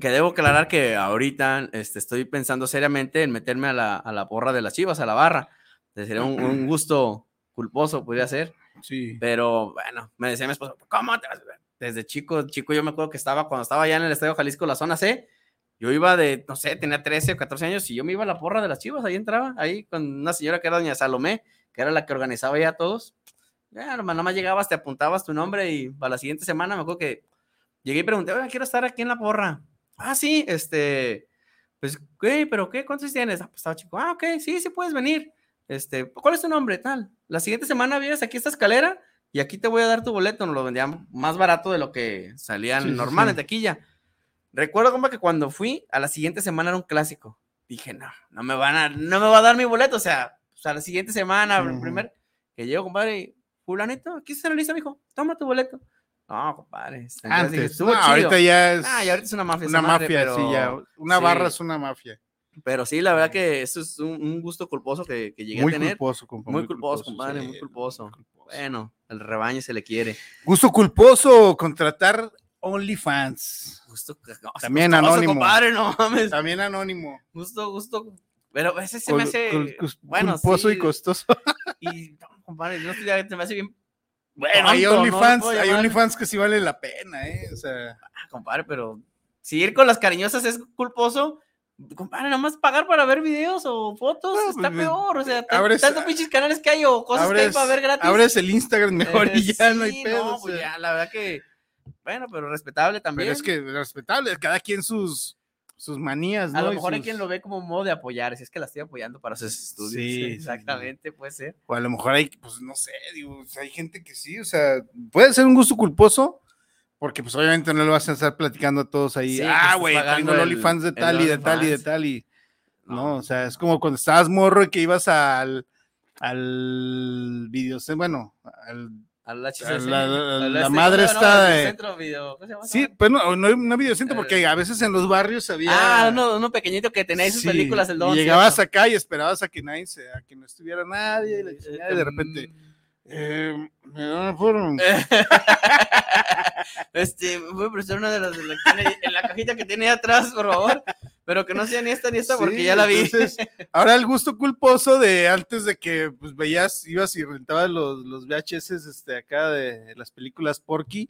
Speaker 6: Que debo aclarar que ahorita este, estoy pensando seriamente en meterme a la, a la porra de las chivas, a la barra. Entonces, Sería un, un gusto culposo, podría ser.
Speaker 7: Sí.
Speaker 6: Pero bueno, me decía mi esposo, ¿cómo te vas a-?" Desde chico, chico, yo me acuerdo que estaba cuando estaba allá en el Estadio Jalisco, la zona C. Yo iba de, no sé, tenía 13 o 14 años y yo me iba a la porra de las chivas. Ahí entraba, ahí con una señora que era doña Salomé, que era la que organizaba ya todos. Ya, nomás, nomás llegabas, te apuntabas tu nombre y para la siguiente semana me acuerdo que llegué y pregunté, oiga, quiero estar aquí en la porra. Ah, sí, este, pues, güey, pero ¿qué? ¿Cuántos tienes? Ah, pues estaba chico. Ah, ok, sí, sí puedes venir. Este, ¿cuál es tu nombre? Tal. La siguiente semana vienes aquí a esta escalera y aquí te voy a dar tu boleto. Nos lo vendían más barato de lo que salían
Speaker 7: Sí, sí,
Speaker 6: normal
Speaker 7: sí.
Speaker 6: en taquilla. Recuerdo como que cuando fui, a la siguiente semana era un clásico. Dije, no, no me van a, no me va a dar mi boleto. O sea, pues, a la siguiente semana, el
Speaker 7: Ujú.
Speaker 6: primer, que llego, compadre, y, fulanito, aquí se realiza, mijo, toma tu boleto. No, compadre. este, entonces dije,
Speaker 7: Antes.
Speaker 6: "Estuvo
Speaker 7: no,
Speaker 6: chido".
Speaker 7: ahorita ya es
Speaker 6: Ah, y ahorita es una mafia. esa
Speaker 7: una
Speaker 6: madre,
Speaker 7: mafia, sí,
Speaker 6: pero-
Speaker 7: ya. Una
Speaker 6: sí.
Speaker 7: barra es una mafia.
Speaker 6: Pero sí, la verdad que eso es un, un gusto culposo que, que llegué
Speaker 7: Muy
Speaker 6: a tener.
Speaker 7: culposo, compa.
Speaker 6: muy culposo, compadre,
Speaker 7: sí,
Speaker 6: muy culposo. Bueno, el rebaño se le quiere.
Speaker 7: Gusto culposo, contratar OnlyFans.
Speaker 6: Gusto, no, es
Speaker 7: También
Speaker 6: gustoso,
Speaker 7: anónimo.
Speaker 6: oh, compadre, no mames.
Speaker 7: También anónimo.
Speaker 6: Gusto, gusto. Pero ese se me
Speaker 7: Cul-
Speaker 6: hace.
Speaker 7: cul- cus-
Speaker 6: bueno,
Speaker 7: culposo
Speaker 6: sí.
Speaker 7: y costoso.
Speaker 6: Y, no, compadre, no sé, ya se me hace bien.
Speaker 7: Bueno, hay
Speaker 6: tonto, ¿no? Lo
Speaker 7: OnlyFans,
Speaker 6: puedo
Speaker 7: hay
Speaker 6: llamar.
Speaker 7: OnlyFans que sí vale la pena, ¿eh? O sea,
Speaker 6: Ah, compadre, pero si ir con las cariñosas es culposo, compadre, nada más pagar para ver videos o fotos
Speaker 7: No,
Speaker 6: está
Speaker 7: pues,
Speaker 6: peor. O sea, tan-
Speaker 7: abres-
Speaker 6: tantos pinches canales que hay o cosas que hay
Speaker 7: abres,
Speaker 6: para ver gratis.
Speaker 7: abres el Instagram mejor
Speaker 6: Eh,
Speaker 7: y ya no
Speaker 6: sí,
Speaker 7: hay pedo. o
Speaker 6: pues
Speaker 7: sea.
Speaker 6: ya, la verdad que. Bueno, pero respetable también.
Speaker 7: Pero es que respetable, cada quien sus, sus manías, Pues ¿no?
Speaker 6: A lo
Speaker 7: Y
Speaker 6: mejor hay
Speaker 7: sus-
Speaker 6: quien lo ve como modo de apoyar, si es que la estoy apoyando para sus estudios.
Speaker 7: Sí, sí, sí.
Speaker 6: exactamente, puede ser.
Speaker 7: O a lo mejor hay, pues no sé, digo, o sea, hay gente que sí, o sea, puede ser un gusto culposo Porque pues obviamente no le vas a estar platicando a todos ahí,
Speaker 6: Sí, que
Speaker 7: ah,
Speaker 6: estás
Speaker 7: güey, tengo
Speaker 6: pagando
Speaker 7: el
Speaker 6: el-
Speaker 7: OnlyFans de
Speaker 6: el
Speaker 7: tal y de tal y de
Speaker 6: OnlyFans.
Speaker 7: tal y... No, o sea, es como cuando estabas morro y que ibas al... al video, bueno, al...
Speaker 6: A la,
Speaker 7: A
Speaker 6: HCC,
Speaker 7: la-
Speaker 6: a
Speaker 7: la
Speaker 6: este-
Speaker 7: madre
Speaker 6: no, no,
Speaker 7: está
Speaker 6: al
Speaker 7: de-
Speaker 6: centro video, ¿cómo se llama?
Speaker 7: Sí, pero no, no, no videocentro,
Speaker 6: Eh.
Speaker 7: porque a veces en los barrios había...
Speaker 6: Ah, uno, uno pequeñito que tenía sus
Speaker 7: Sí,
Speaker 6: películas el
Speaker 7: y
Speaker 6: don.
Speaker 7: llegabas
Speaker 6: ¿cierto? Eh,
Speaker 7: acá y esperabas a que nadie, se- a que no estuviera nadie, y, la chingada, y de repente...
Speaker 6: mm.
Speaker 7: eh, me da una forma.
Speaker 6: Eh, Este, me voy a prestar una de las de la, que tiene- en la cajita que tiene atrás, por favor. Pero que no sea ni esta ni esta porque
Speaker 7: Sí,
Speaker 6: ya la vi.
Speaker 7: entonces, ahora el gusto culposo de antes de que pues, veías, ibas y rentabas los, los VHS este, acá de las películas Porky,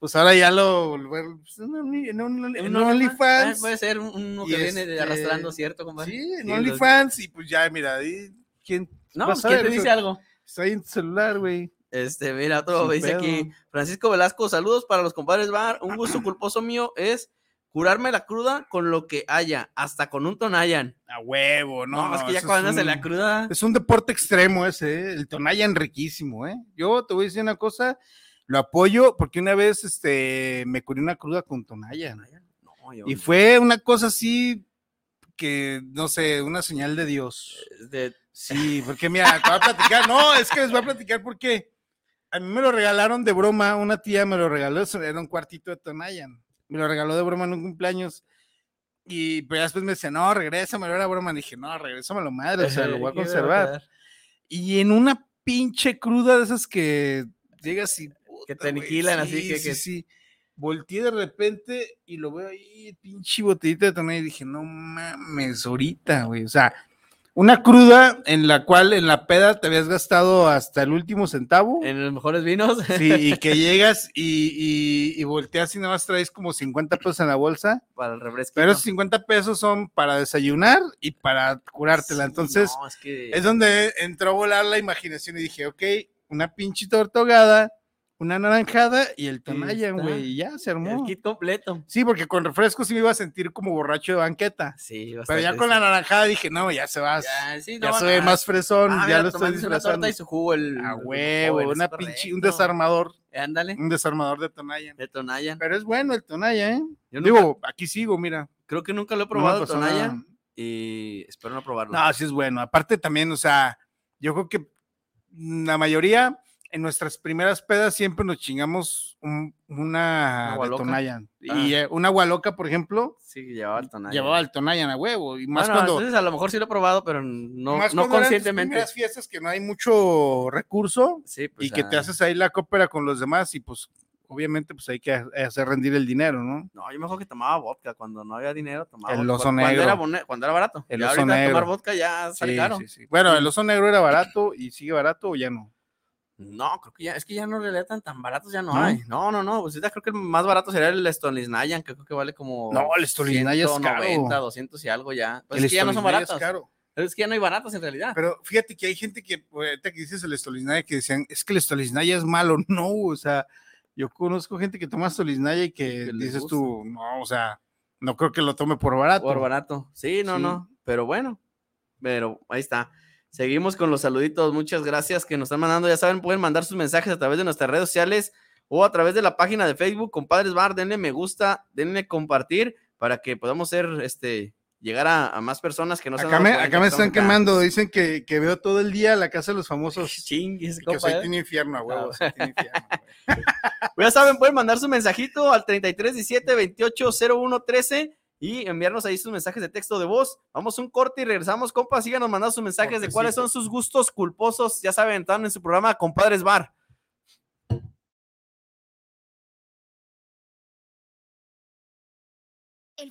Speaker 7: pues ahora ya lo volver pues, en un- en un- en
Speaker 6: Un OnlyFans. Ah,
Speaker 7: OnlyFans.
Speaker 6: Puede ser un- uno
Speaker 7: Y
Speaker 6: que viene de
Speaker 7: este-
Speaker 6: arrastrando, ¿cierto, compadre?
Speaker 7: Sí, en
Speaker 6: Sí,
Speaker 7: OnlyFans, y pues ya, mira, ahí, ¿quién
Speaker 6: No, pues,
Speaker 7: vas a
Speaker 6: ¿quién
Speaker 7: ver
Speaker 6: te dice
Speaker 7: eso?
Speaker 6: algo?
Speaker 7: está ahí en tu celular, güey?
Speaker 6: Este, mira, otro
Speaker 7: Sin
Speaker 6: dice
Speaker 7: pedo.
Speaker 6: aquí, Francisco Velasco, saludos para los compadres Bar. Un gusto culposo mío es curarme la cruda con lo que haya, hasta con un tonayan.
Speaker 7: A huevo,
Speaker 6: No,
Speaker 7: no.
Speaker 6: más que ya
Speaker 7: eso
Speaker 6: cuando
Speaker 7: es
Speaker 6: andas en
Speaker 7: un-
Speaker 6: la cruda.
Speaker 7: Es un deporte extremo ese, ¿eh? el Tonayan riquísimo, ¿eh? Yo te voy a decir una cosa, lo apoyo porque una vez este, me curé una cruda con Tonayan.
Speaker 6: No, yo-
Speaker 7: Y fue una cosa así que, no sé, una señal de Dios.
Speaker 6: de-
Speaker 7: Sí, porque mira, te voy a platicar. No, es que les voy a platicar porque a mí me lo regalaron de broma. Una tía me lo regaló, se- era un cuartito de Tonayan. Me lo regaló de broma en un cumpleaños. Y pero ya después me decía, no, regrésamelo, era broma. Y dije, no, regrésamelo, madre, o sea, lo voy a
Speaker 6: Aquí me
Speaker 7: conservar.
Speaker 6: quedar.
Speaker 7: Y en una pinche cruda de esas que llegas y. puta,
Speaker 6: te
Speaker 7: Ah, güey,
Speaker 6: aniquilan, así
Speaker 7: sí,
Speaker 6: que-
Speaker 7: Sí,
Speaker 6: que-
Speaker 7: sí. Volteé de repente y lo veo ahí, pinche botellita de tonel, y dije, no mames, ahorita, güey. O sea, una cruda en la cual en la peda te habías gastado hasta el último centavo.
Speaker 6: En los mejores vinos.
Speaker 7: Sí, y que llegas y, y, y volteas y nada más traes como 50 pesos en la bolsa.
Speaker 6: para el refresco.
Speaker 7: Pero esos 50 pesos son para desayunar y para curártela. Entonces,
Speaker 6: es que.
Speaker 7: es donde entró a volar la imaginación y dije, ok, una pinche torta ahogada, una naranjada y el tonayan,
Speaker 6: está.
Speaker 7: güey, y ya se
Speaker 6: el
Speaker 7: armó.
Speaker 6: kit completo.
Speaker 7: Sí, porque con refresco sí me iba a sentir como borracho de banqueta.
Speaker 6: Sí,
Speaker 7: Pero ya con la naranjada dije, no, ya se va, ya,
Speaker 6: Ya, sí, no van
Speaker 7: se ve
Speaker 6: a-
Speaker 7: más fresón,
Speaker 6: Ah,
Speaker 7: ya
Speaker 6: mira,
Speaker 7: lo estoy
Speaker 6: tomándose una
Speaker 7: disfrazando.
Speaker 6: torta y su jugo el.
Speaker 7: A
Speaker 6: el
Speaker 7: huevo,
Speaker 6: joven, es
Speaker 7: una pinche, un Mm.
Speaker 6: correcto.
Speaker 7: desarmador,
Speaker 6: Eh, Ándale.
Speaker 7: un desarmador de tonayan.
Speaker 6: De Tonayan.
Speaker 7: Pero es bueno el tonayan, ¿eh?
Speaker 6: Yo nunca-
Speaker 7: Digo, aquí sigo, mira.
Speaker 6: creo que nunca lo he
Speaker 7: no me
Speaker 6: probado
Speaker 7: pasó
Speaker 6: Tonayan
Speaker 7: nada.
Speaker 6: y espero no probarlo.
Speaker 7: No, sí es bueno. Aparte también, o sea, yo creo que la mayoría en nuestras primeras pedas siempre nos chingamos un-
Speaker 6: ¿Una
Speaker 7: una,
Speaker 6: agua
Speaker 7: de
Speaker 6: loca?
Speaker 7: Tonayan.
Speaker 6: Ah.
Speaker 7: Y eh, una agua loca, por ejemplo,
Speaker 6: Sí, llevaba el Tonayan.
Speaker 7: llevaba el Tonayan a huevo. Y más
Speaker 6: Bueno,
Speaker 7: cuando...
Speaker 6: entonces a lo mejor sí lo he probado, pero no,
Speaker 7: más
Speaker 6: no
Speaker 7: cuando eran tus
Speaker 6: conscientemente.
Speaker 7: primeras fiestas que no hay mucho recurso
Speaker 6: Sí,
Speaker 7: y que te
Speaker 6: ah,
Speaker 7: haces ahí la cópera con los demás y pues obviamente pues hay que ha- hacer rendir el dinero, ¿no?
Speaker 6: No, yo mejor que tomaba vodka cuando no había dinero, tomaba
Speaker 7: El
Speaker 6: vodka.
Speaker 7: oso
Speaker 6: cuando, cuando era
Speaker 7: negro.
Speaker 6: bone- cuando era barato.
Speaker 7: El
Speaker 6: ya
Speaker 7: oso
Speaker 6: ahorita tomar
Speaker 7: negro.
Speaker 6: vodka ya sale
Speaker 7: Sí,
Speaker 6: caro.
Speaker 7: sí, sí. Bueno, el oso negro era barato y sigue barato o ya no.
Speaker 6: No, creo que ya, es que ya no le tan tan baratos, ya no,
Speaker 7: ¿No?
Speaker 6: hay. No, no, no, pues ahorita creo que el más barato sería el Stolisnayan, que creo que vale como
Speaker 7: No, el Stolisnayan es caro.
Speaker 6: 190, 200 y algo ya. Pues
Speaker 7: El
Speaker 6: es que ya no son
Speaker 7: Stolichnaya es
Speaker 6: baratos.
Speaker 7: caro.
Speaker 6: Es que ya no hay baratos en realidad.
Speaker 7: Pero fíjate que hay gente que, pues, ahorita que dices el estoliznaya, que decían, es que el estoliznaya es malo. No, o sea, yo conozco gente que toma estoliznaya y que,
Speaker 6: Que les
Speaker 7: dices tú, no, o sea, no creo que lo tome por barato.
Speaker 6: Por barato. Sí, no,
Speaker 7: Sí.
Speaker 6: no. Pero bueno. Pero ahí está. Seguimos con los saluditos. Muchas gracias que nos están mandando. Ya saben, pueden mandar sus mensajes a través de nuestras redes sociales o a través de la página de Facebook, Compadres Bar. Denle me gusta, denle compartir para que podamos ser, este, llegar a, a más personas que no se han
Speaker 7: acá
Speaker 6: dado
Speaker 7: me,
Speaker 6: cuenta
Speaker 7: acá me
Speaker 6: que estamos
Speaker 7: están quemando, dicen que, que veo todo el día la casa de los famosos.
Speaker 6: Chingues,
Speaker 7: Que
Speaker 6: compa,
Speaker 7: soy
Speaker 6: ¿eh?
Speaker 7: tiene infierno, a huevo, soy Team infierno, güey.
Speaker 6: Ya saben, pueden mandar su mensajito al 3317 28 01 13 y enviarnos ahí sus mensajes de texto de voz. Vamos a un corte y regresamos, compas. Síganos mandando sus mensajes de
Speaker 7: Cortecito.
Speaker 6: cuáles son sus gustos culposos. Ya saben, están en su programa Compadres Bar.
Speaker 8: El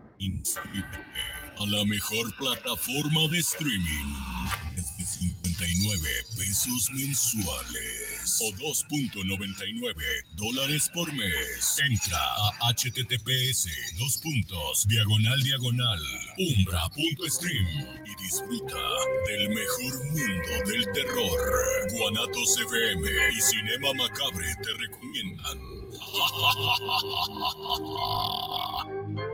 Speaker 9: a la mejor plataforma de streaming. Desde 59 pesos mensuales o 2.99 dólares por mes. Entra a https dos puntos diagonal diagonal umbra.stream y disfruta del mejor mundo del terror. Guanato CBM y Cinema Macabre te recomiendan.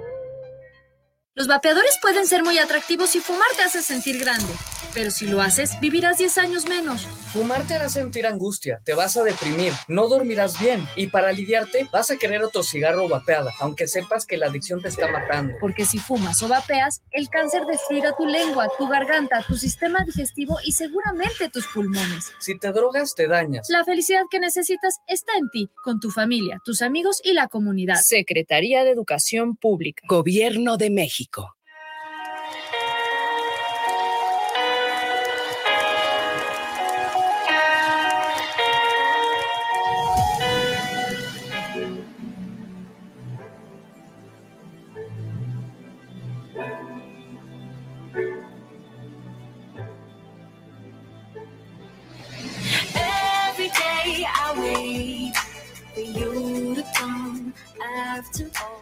Speaker 8: Los vapeadores pueden ser muy atractivos y fumar te hace sentir grande, pero si lo haces, vivirás 10 años menos.
Speaker 10: Fumar te hará sentir angustia, te vas a deprimir, no dormirás bien y para aliviarte vas a querer otro cigarro o vapeada, aunque sepas que la adicción te está matando.
Speaker 8: Porque si fumas o vapeas, el cáncer destruirá tu lengua, tu garganta, tu sistema digestivo y seguramente tus pulmones.
Speaker 10: Si te drogas, te dañas.
Speaker 8: La felicidad que necesitas está en ti, con tu familia, tus amigos y la comunidad.
Speaker 11: Secretaría de Educación Pública. Gobierno de México.
Speaker 12: Every day I wait for you to come after all.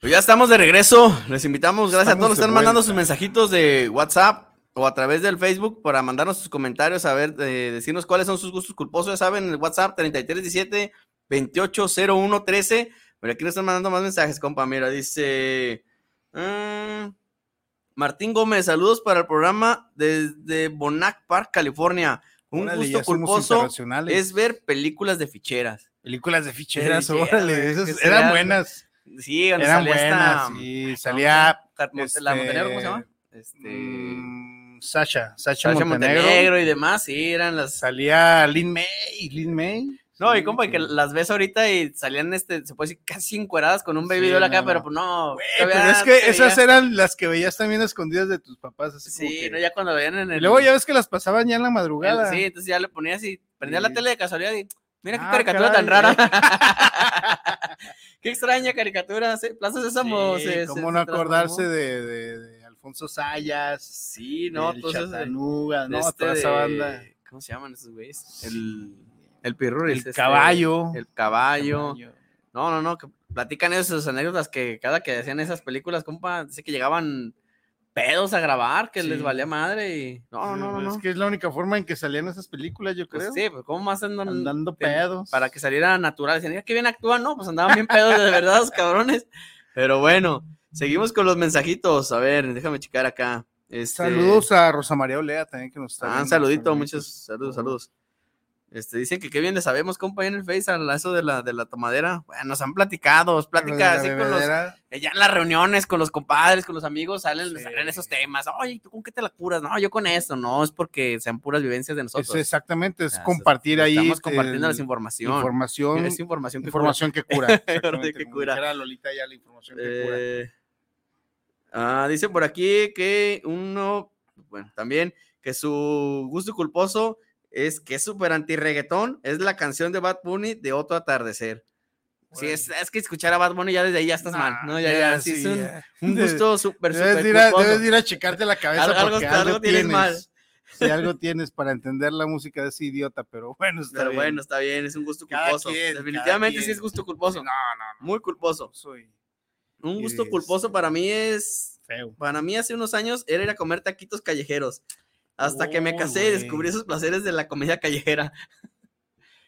Speaker 6: Pues ya estamos de regreso. Les invitamos, gracias estamos a todos los que están vuelta. mandando sus mensajitos de WhatsApp o a través del Facebook para mandarnos sus comentarios, a ver, eh, decirnos cuáles son sus gustos culposos. Ya saben, el WhatsApp 3317 280113. Pero aquí nos están mandando más mensajes, compa. Mira, dice mm, Martín Gómez, saludos para el programa desde Bonac Park, California. Un
Speaker 7: Órale,
Speaker 6: gusto
Speaker 7: ya somos
Speaker 6: culposo
Speaker 7: internacionales.
Speaker 6: es ver películas de ficheras.
Speaker 7: Películas de ficheras,
Speaker 6: Sí, sí, a
Speaker 7: órale,
Speaker 6: ver,
Speaker 7: esas
Speaker 6: que
Speaker 7: eran
Speaker 6: sea-
Speaker 7: buenas.
Speaker 6: Sí, donde
Speaker 7: Eran
Speaker 6: salía esta-
Speaker 7: buenas, sí, salía
Speaker 6: Car- Mon- la
Speaker 7: este,
Speaker 6: Montenegro, ¿cómo se llama? Este,
Speaker 7: mm, Sasha, Sasha,
Speaker 6: Sasha
Speaker 7: Montenegro.
Speaker 6: Montenegro. y demás, sí, eran las...
Speaker 7: Salía Lin May, Lin May.
Speaker 6: No, y compa, y que las ves ahorita y salían, este, se puede decir, casi encueradas con un baby
Speaker 7: Sí,
Speaker 6: doll acá,
Speaker 7: no,
Speaker 6: pero
Speaker 7: no.
Speaker 6: pues no.
Speaker 7: Eh,
Speaker 6: todavía
Speaker 7: pero es
Speaker 6: se
Speaker 7: que esas
Speaker 6: veía-
Speaker 7: eran las que veías también escondidas de tus papás. Así como
Speaker 6: Sí,
Speaker 7: que-
Speaker 6: no, ya cuando veían en el...
Speaker 7: Y luego ya ves que las pasaban ya en la
Speaker 6: el-
Speaker 7: madrugada.
Speaker 6: sí, entonces ya le ponías y prendías la
Speaker 7: Sí.
Speaker 6: tele de casualidad y... Mira qué
Speaker 7: Ah,
Speaker 6: caricatura tan
Speaker 7: caray.
Speaker 6: rara. qué extraña caricatura. ¿sí? Plaza Sésamo.
Speaker 7: Sí,
Speaker 6: se- se-
Speaker 7: ¿Cómo
Speaker 6: se
Speaker 7: no acordarse
Speaker 6: transformó.
Speaker 7: de, de- de Alfonso Sayas?
Speaker 6: Sí, no,
Speaker 7: del
Speaker 6: entonces... de-
Speaker 7: Chatanuga,
Speaker 6: de
Speaker 7: ¿no?
Speaker 6: este
Speaker 7: Toda esa
Speaker 6: de-
Speaker 7: banda.
Speaker 6: ¿Cómo se llaman esos güeyes? El, el Pirruris,
Speaker 7: El
Speaker 6: este,
Speaker 7: caballo.
Speaker 6: El caballo. No, no, no, que platican ellos sus anécdotas que cada que hacían esas películas, compa, dice que llegaban pedos a grabar, que
Speaker 7: Sí. pues
Speaker 6: les valía madre y... No, no, no,
Speaker 7: Es
Speaker 6: no.
Speaker 7: que es la única forma en que salían esas películas, yo
Speaker 6: Pues
Speaker 7: creo.
Speaker 6: sí, pues cómo más andan
Speaker 7: Andando
Speaker 6: ten-
Speaker 7: pedos.
Speaker 6: Para que saliera natural. Decían, "Mira, qué bien actúan, ¿no? Pues andaban bien pedos de verdad, los cabrones. Pero bueno, seguimos con los mensajitos. A ver, déjame checar acá. Este,
Speaker 7: Saludos a Rosa María Olea también que nos está.
Speaker 6: Ah,
Speaker 7: viendo
Speaker 6: un saludito,
Speaker 7: también,
Speaker 6: muchos
Speaker 7: pues,
Speaker 6: saludos,
Speaker 7: por favor.
Speaker 6: saludos. Este, dicen que qué bien le sabemos, compa, ahí en el Face, a la- eso de la, de la tomadera. Bueno, nos han platicado, es
Speaker 7: Pero de la
Speaker 6: plática así con los,
Speaker 7: bebedera,
Speaker 6: eh, ya en las reuniones con los compadres, con los amigos, salen, salen esos temas. Oye, ¿tú con qué te la curas? No, yo con esto. No, es porque sean puras vivencias de
Speaker 7: es
Speaker 6: nosotros. Ah,
Speaker 7: exactamente,
Speaker 6: O
Speaker 7: es
Speaker 6: sea,
Speaker 7: compartir ahí.
Speaker 6: Estamos
Speaker 7: este,
Speaker 6: compartiendo la
Speaker 7: el-
Speaker 6: información.
Speaker 7: información.
Speaker 6: es información que
Speaker 7: información que cura.
Speaker 6: Verdad
Speaker 7: exactamente,
Speaker 6: que
Speaker 7: como
Speaker 6: cura.
Speaker 7: dijera Lolita ya la información
Speaker 6: cura.
Speaker 7: que cura.
Speaker 6: Eh, ah, dice por aquí que uno, bueno, también que su gusto culposo es que es súper anti-reggaetón, es la canción de Bad Bunny de Otro Atardecer. Sí,
Speaker 7: Órale.
Speaker 6: es, es que escuchar a Bad Bunny ya desde ahí ya estás mal,
Speaker 7: Nah,
Speaker 6: ¿no? Ya,
Speaker 7: ya,
Speaker 6: ya, sí, es
Speaker 7: sí,
Speaker 6: un,
Speaker 7: ya.
Speaker 6: un
Speaker 7: Debes-
Speaker 6: gusto súper,
Speaker 7: Debes
Speaker 6: súper
Speaker 7: ir, a,
Speaker 6: culposo.
Speaker 7: debes ir a checarte la cabeza
Speaker 6: Algo- algo
Speaker 7: porque
Speaker 6: está-
Speaker 7: algo,
Speaker 6: algo tienes
Speaker 7: tienes.
Speaker 6: mal.
Speaker 7: Sí, algo tienes para entender la música de ese idiota, pero bueno, está
Speaker 6: Pero
Speaker 7: bien.
Speaker 6: bueno, está bien, es un gusto
Speaker 7: Cada
Speaker 6: culposo.
Speaker 7: quien, cada
Speaker 6: Definitivamente sí
Speaker 7: quien.
Speaker 6: es gusto culposo.
Speaker 7: No, no,
Speaker 6: Muy culposo.
Speaker 7: no, soy
Speaker 6: Un
Speaker 7: Y
Speaker 6: gusto
Speaker 7: es-
Speaker 6: culposo para mí es.
Speaker 7: feo.
Speaker 6: Para mí hace unos años era ir a comer taquitos callejeros. Hasta que me casé y descubrí esos placeres de la comida callejera.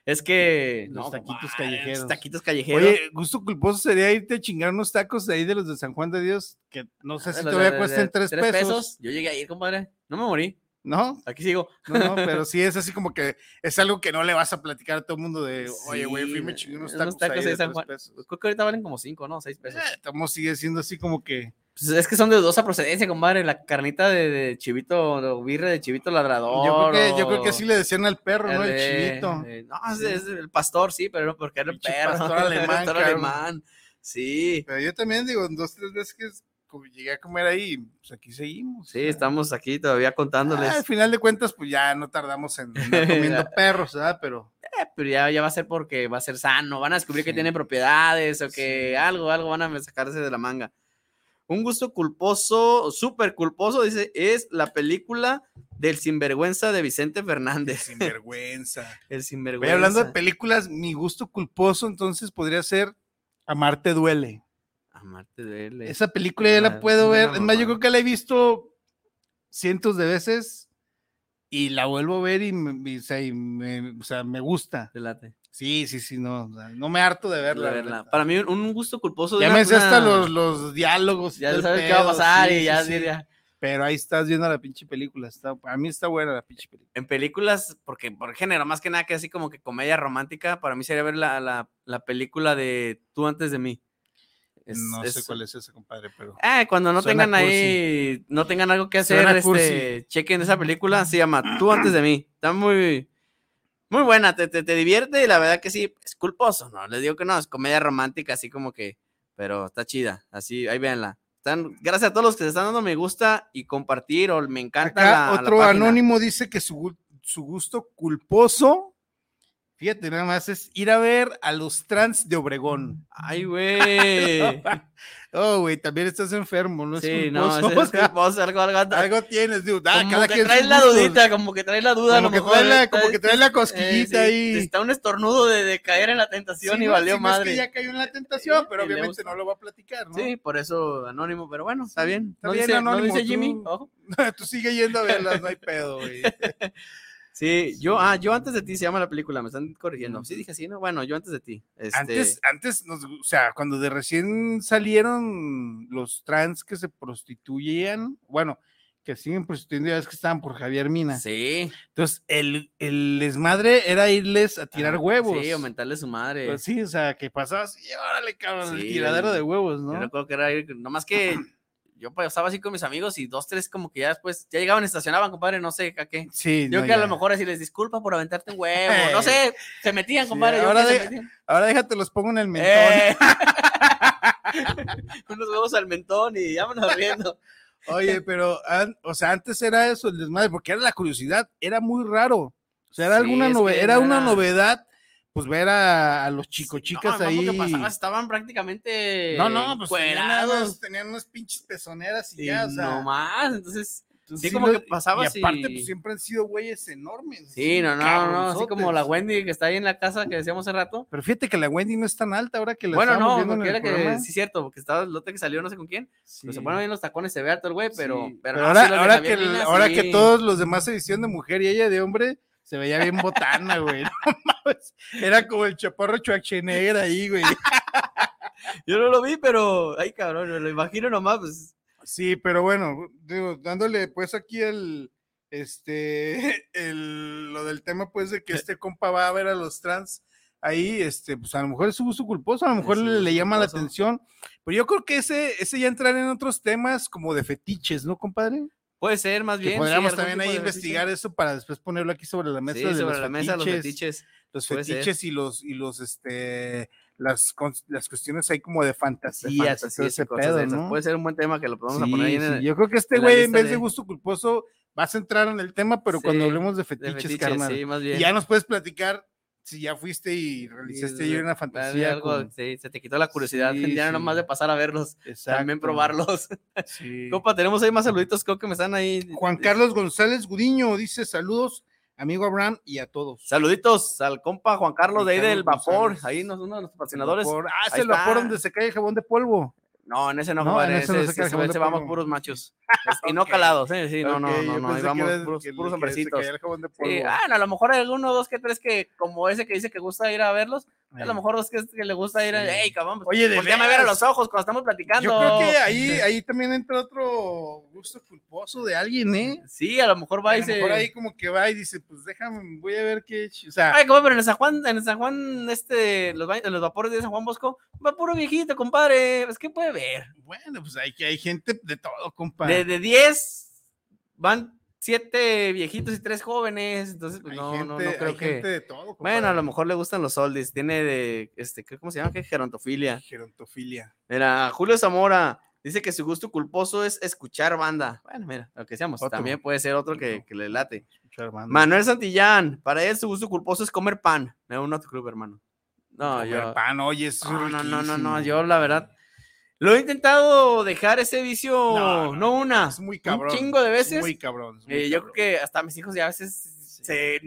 Speaker 6: Es que.
Speaker 7: Los
Speaker 6: no,
Speaker 7: taquitos
Speaker 6: mamá,
Speaker 7: callejeros.
Speaker 6: los Taquitos callejeros.
Speaker 7: Oye, gusto culposo sería irte a chingar unos tacos de ahí de los de San Juan de Dios, que no sé si
Speaker 6: Ah, Los de-
Speaker 7: todavía
Speaker 6: de-
Speaker 7: cuesten
Speaker 6: de-
Speaker 7: tres
Speaker 6: tres
Speaker 7: pesos.
Speaker 6: pesos. Yo llegué ahí, compadre. No me morí.
Speaker 7: ¿No?
Speaker 6: Aquí sigo.
Speaker 7: No, no, pero sí es así como que es algo que no le vas a platicar a todo el mundo de, oye, güey, fui y me chingué unos tacos, ahí
Speaker 6: de
Speaker 7: de
Speaker 6: San
Speaker 7: tres
Speaker 6: Juan.
Speaker 7: pesos".
Speaker 6: Creo que ahorita valen como 5, ¿no? 6 pesos.
Speaker 7: Como sigue siendo así como que...
Speaker 6: Pues es que son de dudosa procedencia, compadre. La carnita de, de chivito, o birre de chivito ladrador.
Speaker 7: Yo creo, que, yo
Speaker 6: o-
Speaker 7: creo que así le decían al perro, ¿no? El
Speaker 6: de-
Speaker 7: chivito.
Speaker 6: de- no, es, es el pastor, sí, pero no porque era el
Speaker 7: Pinche
Speaker 6: perro.
Speaker 7: pastor alemán,
Speaker 6: pastor
Speaker 7: cabrón.
Speaker 6: alemán. Sí.
Speaker 7: Pero yo también digo, dos, tres veces que es- como llegué a comer ahí, pues aquí seguimos.
Speaker 6: Sí, estamos aquí todavía contándoles.
Speaker 7: Ah, al final de cuentas, pues ya no tardamos en andar comiendo perros, ¿verdad? Pero
Speaker 6: Eh, pero ya, ya va a ser porque va a ser sano, van a descubrir que tiene propiedades o que algo, algo van a sacarse de la manga. Un gusto culposo, súper culposo, dice, es la película del sinvergüenza de Vicente Fernández.
Speaker 7: sinvergüenza.
Speaker 6: El
Speaker 7: Oye,
Speaker 6: sinvergüenza.
Speaker 7: hablando de películas, mi gusto culposo entonces podría ser Amarte Duele.
Speaker 6: Amarte duele.
Speaker 7: Esa película ya la
Speaker 6: Ah,
Speaker 7: puedo
Speaker 6: es una
Speaker 7: ver. Es más, yo creo
Speaker 6: mamada.
Speaker 7: que la he visto cientos de veces y la vuelvo a ver y, me, y- o sea, y me- o sea, me gusta. Sí, sí, sí, no, o sea, no me harto de verla.
Speaker 6: De
Speaker 7: la
Speaker 6: verla.
Speaker 7: neta.
Speaker 6: Para mí un, un gusto culposo. de
Speaker 7: Ya
Speaker 6: una-
Speaker 7: me sé hasta
Speaker 6: una-
Speaker 7: los, los diálogos. y
Speaker 6: Ya
Speaker 7: todo el
Speaker 6: sabes qué va a pasar y ya diría.
Speaker 7: Pero ahí estás viendo la pinche película. Está, a mí está buena la pinche película.
Speaker 6: En películas, porque por género, más que nada que así como que comedia romántica, para mí sería ver la, la, la película de Tú antes de mí. Es-
Speaker 7: no sé
Speaker 6: es-
Speaker 7: cuál es esa, compadre, pero.
Speaker 6: Ah, cuando no
Speaker 7: Suena
Speaker 6: tengan ahí, no tengan algo que hacer,
Speaker 7: Suena
Speaker 6: este, chequen esa película, se llama Tú antes de mí. Está muy, muy buena, te, te, te divierte y la verdad que sí, es culposo, ¿no? Les digo que no, es comedia romántica, así como que, pero está chida, así, ahí véanla. Están, gracias a todos los que se están dando me gusta y compartir o me encanta
Speaker 7: Acá
Speaker 6: la- la
Speaker 7: otro
Speaker 6: página.
Speaker 7: anónimo dice que su, gu- su gusto culposo, fíjate nada más, es ir a ver a los trans de Obregón.
Speaker 6: Ay, güey.
Speaker 7: oh, güey, también estás enfermo, ¿no?
Speaker 6: Sí,
Speaker 7: es
Speaker 6: no, ese
Speaker 7: culposo.
Speaker 6: es
Speaker 7: o sea,
Speaker 6: culposo, algo, algo, anda-
Speaker 7: algo tienes, dude. Ah,
Speaker 6: como
Speaker 7: cada
Speaker 6: que
Speaker 7: quien
Speaker 6: traes
Speaker 7: sus
Speaker 6: la
Speaker 7: gustos.
Speaker 6: dudita, como que traes la duda. a
Speaker 7: Como
Speaker 6: lo
Speaker 7: que
Speaker 6: mejor,
Speaker 7: trae la-
Speaker 6: eh,
Speaker 7: como que trae la cosquillita ahí.
Speaker 6: Está un estornudo de, de caer en la tentación
Speaker 7: Sí,
Speaker 6: y
Speaker 7: no,
Speaker 6: valió
Speaker 7: sí, no es que
Speaker 6: madre.
Speaker 7: ya cayó en la tentación, pero
Speaker 6: y le
Speaker 7: obviamente
Speaker 6: gusta.
Speaker 7: no lo va a platicar, ¿no?
Speaker 6: Sí, por eso anónimo, pero bueno, está bien.
Speaker 7: Está
Speaker 6: no,
Speaker 7: bien,
Speaker 6: dice, no
Speaker 7: anónimo,
Speaker 6: dice Jimmy.
Speaker 7: tú-
Speaker 6: ojo.
Speaker 7: Tú sigue yendo a verlas, no hay pedo, güey.
Speaker 6: Sí, yo, ah, yo antes de ti se llama la película, me están corrigiendo. Sí, dije así, ¿no? Bueno, yo antes de ti. Este,
Speaker 7: Antes, antes nos, o sea, cuando de recién salieron los trans que se prostituían, bueno, que siguen prostituyendo, ya ves que estaban por Javier Mina.
Speaker 6: Sí.
Speaker 7: Entonces, el, el desmadre era irles a
Speaker 6: Ah,
Speaker 7: tirar huevos.
Speaker 6: Sí, aumentarle su madre.
Speaker 7: Pues sí, o sea, que pasabas y órale, cabrón, el
Speaker 6: Sí,
Speaker 7: tiradero
Speaker 6: el-
Speaker 7: de huevos,
Speaker 6: Yo
Speaker 7: ¿no?
Speaker 6: recuerdo que era ir, nomás que yo pasaba así con mis amigos y dos, tres como que ya después, ya llegaban, estacionaban, compadre, no sé a qué.
Speaker 7: Sí,
Speaker 6: Yo
Speaker 7: no,
Speaker 6: que a
Speaker 7: ya.
Speaker 6: lo mejor así les disculpa por aventarte un huevo, no sé, se metían,
Speaker 7: Sí,
Speaker 6: compadre. yo
Speaker 7: ahora,
Speaker 6: que se
Speaker 7: de-
Speaker 6: metían.
Speaker 7: ahora déjate, los pongo en el mentón.
Speaker 6: ¡Eh! Unos huevos al mentón y vámonos riendo.
Speaker 7: Oye, pero, an- o sea, antes era eso el desmadre, porque era la curiosidad, era muy raro. O sea, era
Speaker 6: Sí,
Speaker 7: alguna
Speaker 6: es que
Speaker 7: novedad, era
Speaker 6: no
Speaker 7: una
Speaker 6: era-
Speaker 7: novedad, pues ver a, a los chico
Speaker 6: No, eh,
Speaker 7: chicas
Speaker 6: vamos
Speaker 7: ahí.
Speaker 6: que pasaba, estaban prácticamente
Speaker 7: No, no, pues tenían nada
Speaker 6: cuerados
Speaker 7: más- tenían unas pinches pezoneras y
Speaker 6: y
Speaker 7: ya, o sea.
Speaker 6: no más, entonces
Speaker 7: entonces
Speaker 6: sí
Speaker 7: sí
Speaker 6: como
Speaker 7: lo-
Speaker 6: que pasaba
Speaker 7: y
Speaker 6: así.
Speaker 7: aparte, pues siempre han sido güeyes enormes.
Speaker 6: Sí, no, no, no, así
Speaker 7: cabronzotes.
Speaker 6: como la Wendy que está ahí en la casa que decíamos hace rato.
Speaker 7: Pero fíjate que la Wendy no es tan alta ahora que la
Speaker 6: Bueno,
Speaker 7: estábamos
Speaker 6: no,
Speaker 7: viendo en
Speaker 6: porque
Speaker 7: el
Speaker 6: era que
Speaker 7: programa.
Speaker 6: sí, cierto, porque estaba el lote que salió no sé con quién. Pero se ponen bien los tacones, se ve harto el güey, pero,
Speaker 7: Sí,
Speaker 6: pero
Speaker 7: pero
Speaker 6: no,
Speaker 7: ahora,
Speaker 6: sí, los de
Speaker 7: ahora, que,
Speaker 6: Javier Mina,
Speaker 7: ahora
Speaker 6: sí.
Speaker 7: que todos los demás se vistieron de mujer y ella de hombre, se veía bien botana, güey. No mames. Era como el chaparro chuachenegra ahí, güey.
Speaker 6: Yo no lo vi, pero ay, cabrón, me lo imagino nomás, pues.
Speaker 7: Sí, pero bueno, digo, dándole pues aquí el, este, el, lo del tema pues
Speaker 6: Eh.
Speaker 7: de que este compa va a ver a los trans ahí, este, pues a lo mejor es su gusto culposo, a lo mejor
Speaker 6: su
Speaker 7: le,
Speaker 6: gusto
Speaker 7: le llama la
Speaker 6: culposo.
Speaker 7: atención, pero yo creo que ese, ese ya entrar en otros temas como de fetiches, ¿no, compadre?
Speaker 6: Puede ser, más
Speaker 7: Que
Speaker 6: bien. sí,
Speaker 7: podríamos
Speaker 6: algún
Speaker 7: también
Speaker 6: tipo
Speaker 7: ahí
Speaker 6: de
Speaker 7: investigar
Speaker 6: fetiche.
Speaker 7: eso para después ponerlo aquí sobre la mesa
Speaker 6: Sí,
Speaker 7: de
Speaker 6: sobre
Speaker 7: los
Speaker 6: la mesa los fetiches.
Speaker 7: los
Speaker 6: puede ser.
Speaker 7: fetiches y los y los este las cons- las cuestiones ahí como de fantasías, y todo
Speaker 6: fantasías y
Speaker 7: ese
Speaker 6: cosas
Speaker 7: pedo,
Speaker 6: de esas.
Speaker 7: ¿no?
Speaker 6: Puede ser un buen tema que lo podemos
Speaker 7: Sí,
Speaker 6: poner ahí en
Speaker 7: sí,
Speaker 6: el-
Speaker 7: Yo creo que este
Speaker 6: en la
Speaker 7: güey, en
Speaker 6: lista
Speaker 7: vez de...
Speaker 6: de-
Speaker 7: gusto culposo, vas a entrar en el tema, pero cuando
Speaker 6: Sí,
Speaker 7: hablemos de
Speaker 6: de
Speaker 7: fetiches,
Speaker 6: fetiches,
Speaker 7: carnal.
Speaker 6: sí, más
Speaker 7: Y
Speaker 6: bien.
Speaker 7: ya nos puedes platicar si ya fuiste y realizaste ahí una
Speaker 6: Dale
Speaker 7: fantasía.
Speaker 6: algo,
Speaker 7: con-
Speaker 6: sí, se te quitó la curiosidad,
Speaker 7: Sí,
Speaker 6: ya
Speaker 7: sí.
Speaker 6: nomás de pasar a verlos, también
Speaker 7: Exacto.
Speaker 6: probarlos.
Speaker 7: Sí.
Speaker 6: Copa, tenemos ahí más saluditos, creo que me están ahí. eh,
Speaker 7: Juan Carlos González Gudiño dice saludos, amigo Abraham, y a todos.
Speaker 6: Saluditos al compa Juan Carlos de ahí
Speaker 7: Juan
Speaker 6: del
Speaker 7: Carlos
Speaker 6: vapor,
Speaker 7: González.
Speaker 6: ahí nos, uno de nuestros patrocinadores.
Speaker 7: Por- ah,
Speaker 6: Ahí
Speaker 7: se lo por
Speaker 6: está.
Speaker 7: donde se cae el jabón de polvo.
Speaker 6: No, en ese no,
Speaker 7: No,
Speaker 6: compadre,
Speaker 7: en ese
Speaker 6: ese,
Speaker 7: no
Speaker 6: ese-
Speaker 7: saca el
Speaker 6: ese-
Speaker 7: jabón de
Speaker 6: ese vamos
Speaker 7: polvo.
Speaker 6: puros machos. Y no calados, ¿eh? Sí, no, no,
Speaker 7: Ok,
Speaker 6: no,
Speaker 7: yo
Speaker 6: no, ahí
Speaker 7: pensé que
Speaker 6: vamos
Speaker 7: era-
Speaker 6: puros,
Speaker 7: que el-
Speaker 6: puros
Speaker 7: que se
Speaker 6: hombrecitos.
Speaker 7: caía el jabón de
Speaker 6: Sí,
Speaker 7: polvo.
Speaker 6: ah, no, a lo mejor hay uno, dos, que tres que, como ese que dice que gusta ir a verlos, a lo
Speaker 7: Eh.
Speaker 6: mejor dos que, que le gusta ir a.
Speaker 7: Sí.
Speaker 6: ¡Ey, cabrón! pues,
Speaker 7: Oye, de
Speaker 6: volteame a ver a
Speaker 7: veras.
Speaker 6: los ojos cuando estamos platicando.
Speaker 7: Yo creo que ahí, ahí también entra otro gusto culposo de alguien, ¿eh?
Speaker 6: Sí, a lo mejor va
Speaker 7: A
Speaker 6: y
Speaker 7: lo
Speaker 6: se.
Speaker 7: mejor ahí como que va y dice, pues déjame, voy a ver qué... ch- O sea,
Speaker 6: Ay, cabrón, pero en el San Juan, en el San Juan, este, los, ba- en los vapores de San Juan Bosco, va puro viejito, compadre. Pues, ¿qué puede ver?
Speaker 7: bueno, pues hay, que- hay gente de todo, compadre.
Speaker 6: De de 10 van siete viejitos y tres jóvenes. Entonces, pues, no, no, no
Speaker 7: gente-
Speaker 6: creo
Speaker 7: hay
Speaker 6: que.
Speaker 7: gente de todo,
Speaker 6: bueno, a
Speaker 7: compadre.
Speaker 6: lo mejor le gustan los oldies. Tiene de, este, ¿qué- ¿cómo se llama? ¿Qué? Gerontofilia.
Speaker 7: Gerontofilia.
Speaker 6: Mira, Julio Zamora dice que su gusto culposo es escuchar banda. Bueno, mira, lo que seamos.
Speaker 7: Otro.
Speaker 6: También puede ser otro que, que le late.
Speaker 7: Charmando.
Speaker 6: Manuel Santillán, para él su gusto culposo es comer pan. Me uno a tu club, hermano. No,
Speaker 7: Comer
Speaker 6: yo.
Speaker 7: pan, oye, eso es
Speaker 6: no, no, no, no, no,
Speaker 7: riquísimo.
Speaker 6: yo la verdad. Lo he intentado dejar ese vicio, no,
Speaker 7: No,
Speaker 6: una,
Speaker 7: Es muy
Speaker 6: un
Speaker 7: cabrón.
Speaker 6: chingo de
Speaker 7: es
Speaker 6: veces.
Speaker 7: Muy cabrón. es muy
Speaker 6: Eh, yo
Speaker 7: cabrón.
Speaker 6: creo que hasta mis hijos ya a veces se,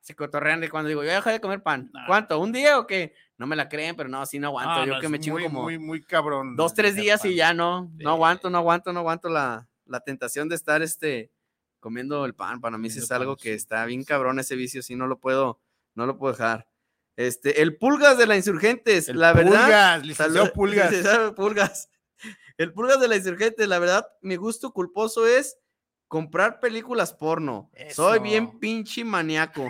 Speaker 6: se cotorrean de cuando digo, yo voy a dejar de comer pan.
Speaker 7: Nah.
Speaker 6: ¿Cuánto? ¿Un día o qué? No me la creen, pero no, sí no aguanto.
Speaker 7: No,
Speaker 6: yo
Speaker 7: no,
Speaker 6: que
Speaker 7: es
Speaker 6: me chingo
Speaker 7: muy,
Speaker 6: como
Speaker 7: Muy, muy cabrón.
Speaker 6: dos, tres
Speaker 7: el
Speaker 6: días y
Speaker 7: pan.
Speaker 6: ya no, no aguanto, no aguanto, no aguanto la, la tentación de estar este, comiendo el pan. Para mí sí
Speaker 7: Comiendo
Speaker 6: es algo
Speaker 7: pan,
Speaker 6: que está bien cabrón ese vicio, sí no lo puedo, no lo puedo dejar. Este, el Pulgas de la Insurgentes, la verdad.
Speaker 7: Pulgas, licenciado
Speaker 6: salud-
Speaker 7: Pulgas.
Speaker 6: licenciado Pulgas. El Pulgas de la Insurgentes, la verdad, mi gusto culposo es comprar películas porno. Soy bien
Speaker 7: Eso.
Speaker 6: pinche maníaco.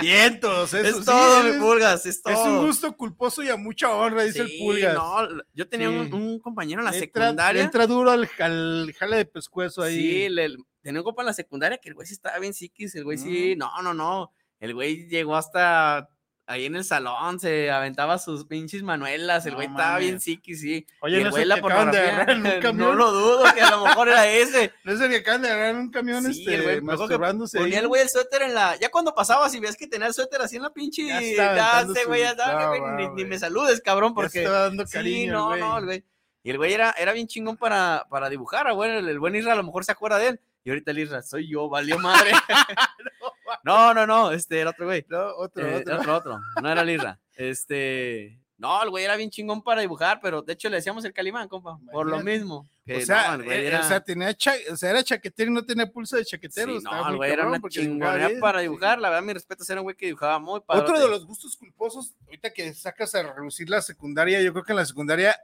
Speaker 7: Vientos,
Speaker 6: es
Speaker 7: eso sí,
Speaker 6: todo, mi
Speaker 7: es-
Speaker 6: Pulgas, es todo.
Speaker 7: Es un gusto culposo y a mucha honra, dice
Speaker 6: Sí,
Speaker 7: el Pulgas.
Speaker 6: no, yo tenía
Speaker 7: Sí.
Speaker 6: un, un compañero en la
Speaker 7: Le entra- le
Speaker 6: secundaria.
Speaker 7: Entra, duro al, al jale de pescuezo ahí.
Speaker 6: Sí, le- tenía un compa en la secundaria que el güey sí estaba bien psiquis, el güey sí, no, no, no. El güey llegó hasta ahí en el salón, se aventaba sus pinches manuelas, el
Speaker 7: No
Speaker 6: güey estaba bien
Speaker 7: mames.
Speaker 6: psiquis, sí.
Speaker 7: Oye,
Speaker 6: Y el
Speaker 7: ¿no es
Speaker 6: güey
Speaker 7: el
Speaker 6: la
Speaker 7: que acaban de agarrar en un
Speaker 6: pornografía, no
Speaker 7: camión?
Speaker 6: lo dudo, que a lo mejor era ese.
Speaker 7: No es el que acaban de agarrar en un camión
Speaker 6: Sí, el
Speaker 7: este,
Speaker 6: güey, me acuerdo que
Speaker 7: masturbándose ahí.
Speaker 6: Ponía el güey el suéter en la. Ya cuando pasaba, si ves que tenía el suéter así en la pinche.
Speaker 7: Ya
Speaker 6: Ya,
Speaker 7: estaba aventando
Speaker 6: este güey, ya
Speaker 7: su-
Speaker 6: estaba,
Speaker 7: no,
Speaker 6: güey,
Speaker 7: va,
Speaker 6: ni, ni
Speaker 7: güey.
Speaker 6: me saludes, cabrón,
Speaker 7: Ya
Speaker 6: porque.
Speaker 7: estaba dando
Speaker 6: Sí,
Speaker 7: cariño.
Speaker 6: no,
Speaker 7: el
Speaker 6: no, el güey. Y el güey era, era bien chingón para, para dibujar, ah, bueno, el, el buen Isra a lo mejor se acuerda de él. Y ahorita el Isra, soy yo, valió madre. no, no, no, este era otro güey.
Speaker 7: No, otro,
Speaker 6: Eh,
Speaker 7: otro.
Speaker 6: otro, otro. No era el Isra. Este. No, el güey era bien chingón para dibujar, pero de hecho le decíamos el Calimán, compa, por lo
Speaker 7: Imagínate.
Speaker 6: mismo.
Speaker 7: O
Speaker 6: que
Speaker 7: sea,
Speaker 6: no, el güey
Speaker 7: eh,
Speaker 6: era-
Speaker 7: o sea, tenía cha- o sea, era chaquetero y no tenía pulso de chaquetero.
Speaker 6: Sí,
Speaker 7: estaba
Speaker 6: no, el
Speaker 7: muy
Speaker 6: güey era
Speaker 7: cabrón
Speaker 6: una
Speaker 7: porque dibujaba
Speaker 6: chingonería
Speaker 7: bien,
Speaker 6: para
Speaker 7: sí.
Speaker 6: dibujar. La verdad, mi respeto, era un güey que dibujaba muy padre.
Speaker 7: Otro de los gustos culposos, ahorita que sacas a relucir la secundaria, yo creo que en la secundaria,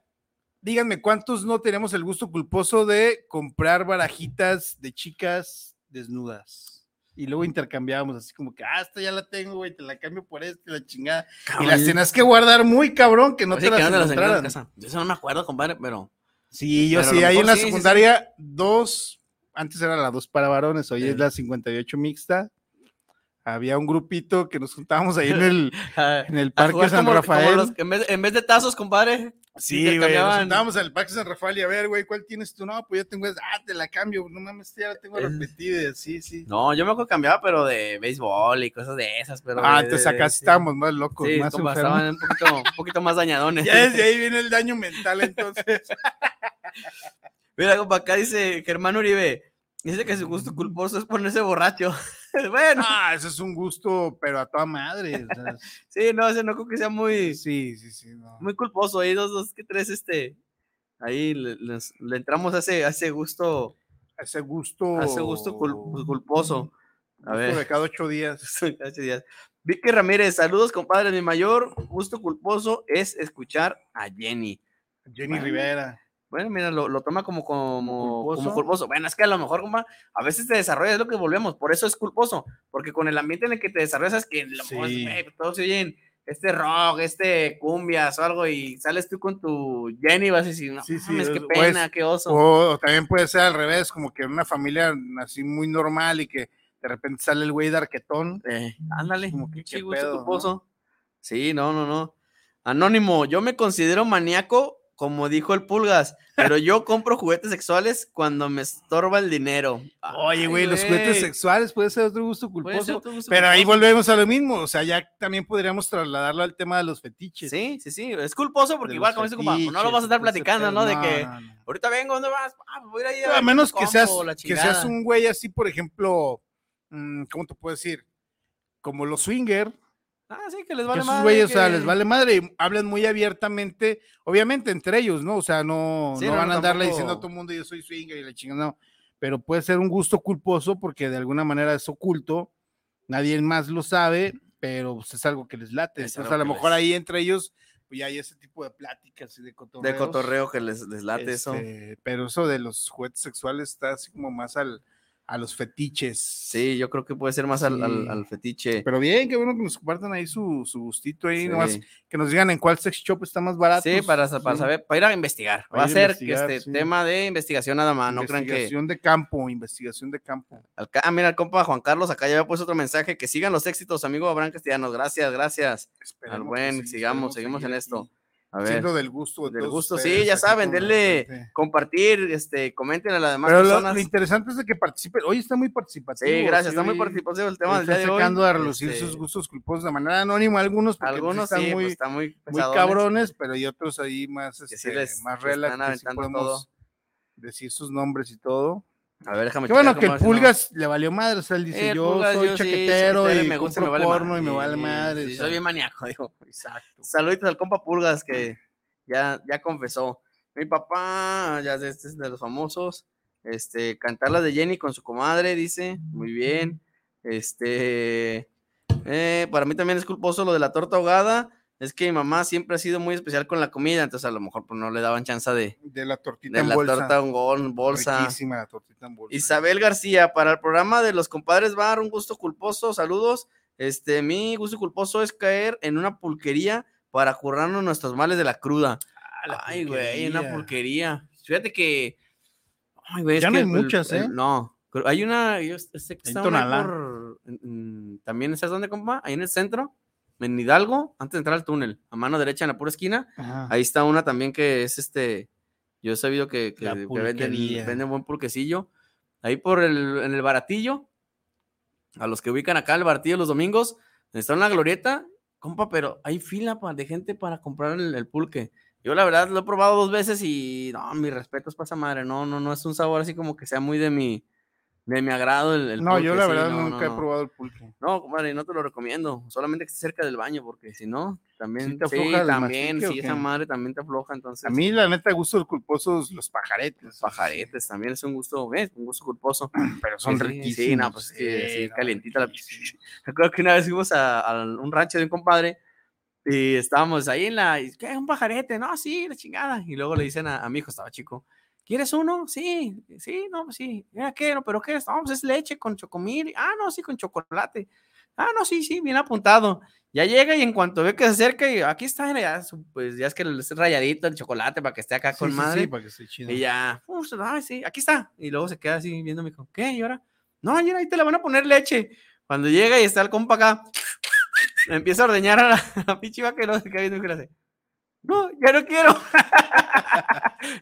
Speaker 7: díganme cuántos no tenemos el gusto culposo de comprar barajitas de chicas desnudas. Y luego intercambiábamos así como que, ah, esta ya la tengo, güey, te la cambio por esta y la chingada. Y las tenías que guardar muy cabrón, que no
Speaker 6: Pues
Speaker 7: te las encontraran.
Speaker 6: Yo eso no me acuerdo, compadre, pero.
Speaker 7: sí, yo
Speaker 6: Pero a lo
Speaker 7: sí, ahí
Speaker 6: mejor
Speaker 7: en la
Speaker 6: sí, sí, sí.
Speaker 7: secundaria, dos, antes era la dos para varones, hoy es
Speaker 6: Sí.
Speaker 7: la 58 mixta. Había un grupito que nos juntábamos ahí en el,
Speaker 6: ah,
Speaker 7: en el
Speaker 6: a
Speaker 7: Parque
Speaker 6: jugar
Speaker 7: San
Speaker 6: como- como
Speaker 7: Rafael.
Speaker 6: los que en, vez, en vez de tazos, compadre.
Speaker 7: Sí, güey. Nos
Speaker 6: intercambiaban-
Speaker 7: juntábamos al Parque San Rafael y a ver, güey, ¿cuál tienes tú? No, pues yo tengo esa. Ah, te la cambio. No mames, ya la tengo
Speaker 6: Es-
Speaker 7: repetida. Sí, sí.
Speaker 6: No, yo me acuerdo que cambiaba, pero de béisbol y cosas de esas. Pero
Speaker 7: ah,
Speaker 6: de-
Speaker 7: te
Speaker 6: de-
Speaker 7: sacaste,
Speaker 6: sí.
Speaker 7: estábamos más locos,
Speaker 6: Sí,
Speaker 7: más
Speaker 6: compa,
Speaker 7: enfermos.
Speaker 6: estaban un poquito, un poquito más dañadones.
Speaker 7: Ya desde ahí viene el daño mental, entonces.
Speaker 6: Mira, compa, acá dice Germán Uribe. Dice que su gusto culposo es ponerse borracho. bueno,
Speaker 7: Mm. ah, eso es un gusto, pero a toda madre. o sea,
Speaker 6: sí, no, ese no creo que sea muy.
Speaker 7: sí, sí, sí. no.
Speaker 6: muy culposo. Ahí dos, dos que tres, este. Ahí le, les- le entramos a ese, a ese gusto,
Speaker 7: Ese gusto.
Speaker 6: a ese gusto
Speaker 7: Oh.
Speaker 6: cul- culposo. A
Speaker 7: gusto de
Speaker 6: ver.
Speaker 7: cada ocho días.
Speaker 6: Gracias, Díaz. Vicky Ramírez, saludos, compadre. Mi mayor gusto culposo es escuchar a Jenny.
Speaker 7: Jenny
Speaker 6: Bueno.
Speaker 7: Rivera.
Speaker 6: Bueno, mira, lo, lo toma como, como,
Speaker 7: culposo.
Speaker 6: como culposo. Bueno, es que a lo mejor, compa, a veces te desarrollas es lo que volvemos, por eso es culposo, porque con el ambiente en el que te desarrollas es que lo,
Speaker 7: Sí.
Speaker 6: pues, güey, todos se oyen este rock, este cumbias o algo, y sales tú con tu Jenny y vas a decir, no,
Speaker 7: Sí, sí,
Speaker 6: mames, qué
Speaker 7: es- o es-
Speaker 6: pena, qué oso.
Speaker 7: O, o también puede ser al revés, como que en una familia así muy normal y que de repente sale el güey de arquetón.
Speaker 6: Eh, ándale,
Speaker 7: Como que
Speaker 6: pinche
Speaker 7: qué
Speaker 6: gusto
Speaker 7: pedo, ¿no?
Speaker 6: culposo. Sí, no, no, no. Anónimo, yo me considero maníaco, como dijo el Pulgas, pero yo compro juguetes sexuales cuando me estorba el dinero.
Speaker 7: Oye,
Speaker 6: Ay,
Speaker 7: güey, los juguetes
Speaker 6: güey,
Speaker 7: sexuales puede ser otro gusto
Speaker 6: puede ser
Speaker 7: culposo.
Speaker 6: otro gusto
Speaker 7: Pero ahí
Speaker 6: culposo.
Speaker 7: volvemos a lo mismo. O sea, ya también podríamos trasladarlo al tema de los fetiches.
Speaker 6: Sí, sí, sí, es culposo porque
Speaker 7: de
Speaker 6: igual
Speaker 7: los
Speaker 6: como dice compa, pues, no lo
Speaker 7: fetiches
Speaker 6: vas a estar
Speaker 7: y todo ese
Speaker 6: platicando,
Speaker 7: pedo.
Speaker 6: ¿no? De que
Speaker 7: no, no.
Speaker 6: ahorita vengo, ¿dónde vas? Ah, pues, voy a ir
Speaker 7: A
Speaker 6: ver
Speaker 7: menos que
Speaker 6: combo,
Speaker 7: seas,
Speaker 6: la
Speaker 7: que seas
Speaker 6: chingada.
Speaker 7: un güey así, por ejemplo, mm, ¿cómo te puedo decir? Como los swinger,
Speaker 6: Ah, sí, que les vale
Speaker 7: esos
Speaker 6: madre,
Speaker 7: güeyes, o sea,
Speaker 6: que-
Speaker 7: les vale madre y hablan muy abiertamente, obviamente entre ellos, ¿no? O sea, no,
Speaker 6: Sí,
Speaker 7: no
Speaker 6: no,
Speaker 7: van
Speaker 6: no,
Speaker 7: a andarle
Speaker 6: tampoco-
Speaker 7: diciendo a todo el mundo yo soy swinger y la chingada, no. Pero puede ser un gusto culposo porque de alguna manera es oculto, nadie más lo sabe, pero pues, es algo que les late.
Speaker 6: Es
Speaker 7: Entonces,
Speaker 6: algo
Speaker 7: a lo
Speaker 6: que
Speaker 7: mejor
Speaker 6: les-
Speaker 7: ahí entre ellos, pues ya hay ese tipo de pláticas y de cotorreo.
Speaker 6: de cotorreo que les, les late eso.
Speaker 7: Este, Pero eso de los juguetes sexuales está así como más al, a los fetiches.
Speaker 6: Sí, yo creo que puede ser más al, al-
Speaker 7: Sí.
Speaker 6: al fetiche.
Speaker 7: Pero bien, qué bueno que nos compartan ahí su, su gustito ahí,
Speaker 6: Sí.
Speaker 7: nomás que nos digan en cuál sex shop está más barato.
Speaker 6: Sí, para, sa- para saber, para ir a investigar.
Speaker 7: Para
Speaker 6: Va a
Speaker 7: ir a
Speaker 6: ser que
Speaker 7: investigar,
Speaker 6: este
Speaker 7: sí.
Speaker 6: tema de investigación nada
Speaker 7: Ah,
Speaker 6: más, no crean que.
Speaker 7: Investigación de campo, investigación de campo.
Speaker 6: al ca- Ah, mira, el compa Juan Carlos, acá ya había puesto otro mensaje. Que sigan los éxitos, amigo Abraham Castellanos. Gracias, gracias.
Speaker 7: Esperemos
Speaker 6: al
Speaker 7: que
Speaker 6: buen,
Speaker 7: sí,
Speaker 6: sigamos,
Speaker 7: esperemos
Speaker 6: seguimos en
Speaker 7: seguir
Speaker 6: esto. A ver.
Speaker 7: Siendo del gusto. de
Speaker 6: Del
Speaker 7: todos
Speaker 6: gusto, sí,
Speaker 7: ustedes
Speaker 6: ya
Speaker 7: aquí
Speaker 6: saben,
Speaker 7: con la
Speaker 6: denle
Speaker 7: gente.
Speaker 6: compartir, este, comenten a las demás
Speaker 7: Pero lo,
Speaker 6: personas.
Speaker 7: lo interesante es de que participen. Hoy está muy participativo.
Speaker 6: Sí, gracias, está muy
Speaker 7: hoy-
Speaker 6: participativo el tema
Speaker 7: hoy
Speaker 6: del día
Speaker 7: están
Speaker 6: de hoy,
Speaker 7: sacando a relucir
Speaker 6: este-
Speaker 7: sus gustos culposos de manera anónima. Algunos, porque pues,
Speaker 6: Algunos
Speaker 7: están
Speaker 6: sí, pues,
Speaker 7: muy,
Speaker 6: están muy
Speaker 7: muy
Speaker 6: pesadones.
Speaker 7: cabrones, pero hay otros ahí más,
Speaker 6: Que
Speaker 7: este,
Speaker 6: sí les-
Speaker 7: más
Speaker 6: le están
Speaker 7: relax. que sí
Speaker 6: aventando
Speaker 7: podemos
Speaker 6: todo.
Speaker 7: decir sus nombres y todo.
Speaker 6: A ver, déjame
Speaker 7: Qué bueno
Speaker 6: checar
Speaker 7: que
Speaker 6: cómo
Speaker 7: el
Speaker 6: va ese
Speaker 7: Pulgas le valió madre. O sea, él
Speaker 6: Sí,
Speaker 7: dice:
Speaker 6: el
Speaker 7: Yo
Speaker 6: Pulgas,
Speaker 7: soy
Speaker 6: Eh, sí,
Speaker 7: chaquetero
Speaker 6: chaquetero
Speaker 7: y me gusta, me vale porno y me vale madre.
Speaker 6: Sí,
Speaker 7: o sea.
Speaker 6: soy bien maníaco, dijo. Exacto. Saluditos al compa Pulgas que ya, ya confesó. Mi papá, ya de- este es de los famosos. Este, cantar la de Jenny con su comadre, dice. Muy bien. Este, eh, para mí también es culposo lo de la torta ahogada. Es que mi mamá siempre ha sido muy especial con la comida, entonces a lo mejor pues, no le daban chance de,
Speaker 7: De la tortita
Speaker 6: de
Speaker 7: en
Speaker 6: la
Speaker 7: bolsa.
Speaker 6: torta en gol- bolsa.
Speaker 7: Riquísima la tortita en bolsa.
Speaker 6: Isabel García, para el programa de los compadres Bar, un gusto culposo, saludos. Este, mi gusto culposo es caer en una pulquería para currarnos nuestros males de la cruda.
Speaker 7: Ah,
Speaker 6: Ay, güey, una pulquería. Fíjate que. Ay, güey, es
Speaker 7: Ya no
Speaker 6: que
Speaker 7: hay
Speaker 6: el- el-
Speaker 7: muchas,
Speaker 6: el-
Speaker 7: ¿eh?
Speaker 6: no. creo- Hay una. yo sé que
Speaker 7: En
Speaker 6: está una
Speaker 7: Tonalá.
Speaker 6: por- en- en- También, ¿sabes dónde, compa? Ahí en el centro, en Hidalgo, antes de entrar al túnel, a mano derecha en la pura esquina.
Speaker 7: Ajá.
Speaker 6: Ahí está una también que es este. Yo he sabido que, que-
Speaker 7: La
Speaker 6: que venden,
Speaker 7: pulquería.
Speaker 6: venden buen pulquecillo. Ahí por el, en el baratillo, a los que ubican acá el baratillo los domingos, está una glorieta, compa, pero hay fila pa- de gente para comprar el, el pulque. Yo la verdad lo he probado dos veces y no, mi respeto es para esa madre. No, no, no es un sabor así como que sea muy de mi, de mi agrado el, el
Speaker 7: No, yo
Speaker 6: pulque,
Speaker 7: la
Speaker 6: sí,
Speaker 7: verdad
Speaker 6: no, no,
Speaker 7: nunca he
Speaker 6: no.
Speaker 7: probado el pulque.
Speaker 6: No, compadre, no te lo recomiendo. Solamente que estés cerca del baño, porque si no, también.
Speaker 7: ¿Sí te
Speaker 6: sí,
Speaker 7: afloja el
Speaker 6: también,
Speaker 7: mastique o
Speaker 6: sí, esa
Speaker 7: qué?
Speaker 6: madre también te afloja. Entonces,
Speaker 7: A mí, la neta, gusto los culposos, los pajaretes.
Speaker 6: pajaretes también es un gusto, ¿ves? Un gusto culposo.
Speaker 7: Pero son
Speaker 6: Sí, sí,
Speaker 7: riquísimos.
Speaker 6: Sí, no, pues es que
Speaker 7: Sí,
Speaker 6: sí,
Speaker 7: no,
Speaker 6: calientita la. Recuerdo que una vez fuimos a, a un rancho de un compadre y estábamos ahí en la. y, ¿Qué? ¿Un pajarete? No, sí, la chingada. Y luego le dicen a, a mi hijo, estaba chico. ¿Quieres uno? Sí, sí, no, pues sí. Mira, ¿qué? No, ¿Pero qué es? No, pues es leche con chocomil. Ah, no, sí, con chocolate. Ah, no, sí, sí, bien apuntado. Ya llega y en cuanto ve que se acerca, y aquí está, mira, ya, su- pues ya es que le es rayadito el chocolate para que esté acá
Speaker 7: Sí,
Speaker 6: con
Speaker 7: sí,
Speaker 6: madre.
Speaker 7: sí, para que esté chido.
Speaker 6: Y ya, "Uf, ah, sí, aquí está. Y luego se queda así viéndome, como, ¿qué? ¿Y ahora? No, y ahora ahí te la van a poner leche. Cuando llega y está el compa acá, le empieza a ordeñar a la, a la pinche vaca y luego se queda viendo y que le hace, no, ya no quiero.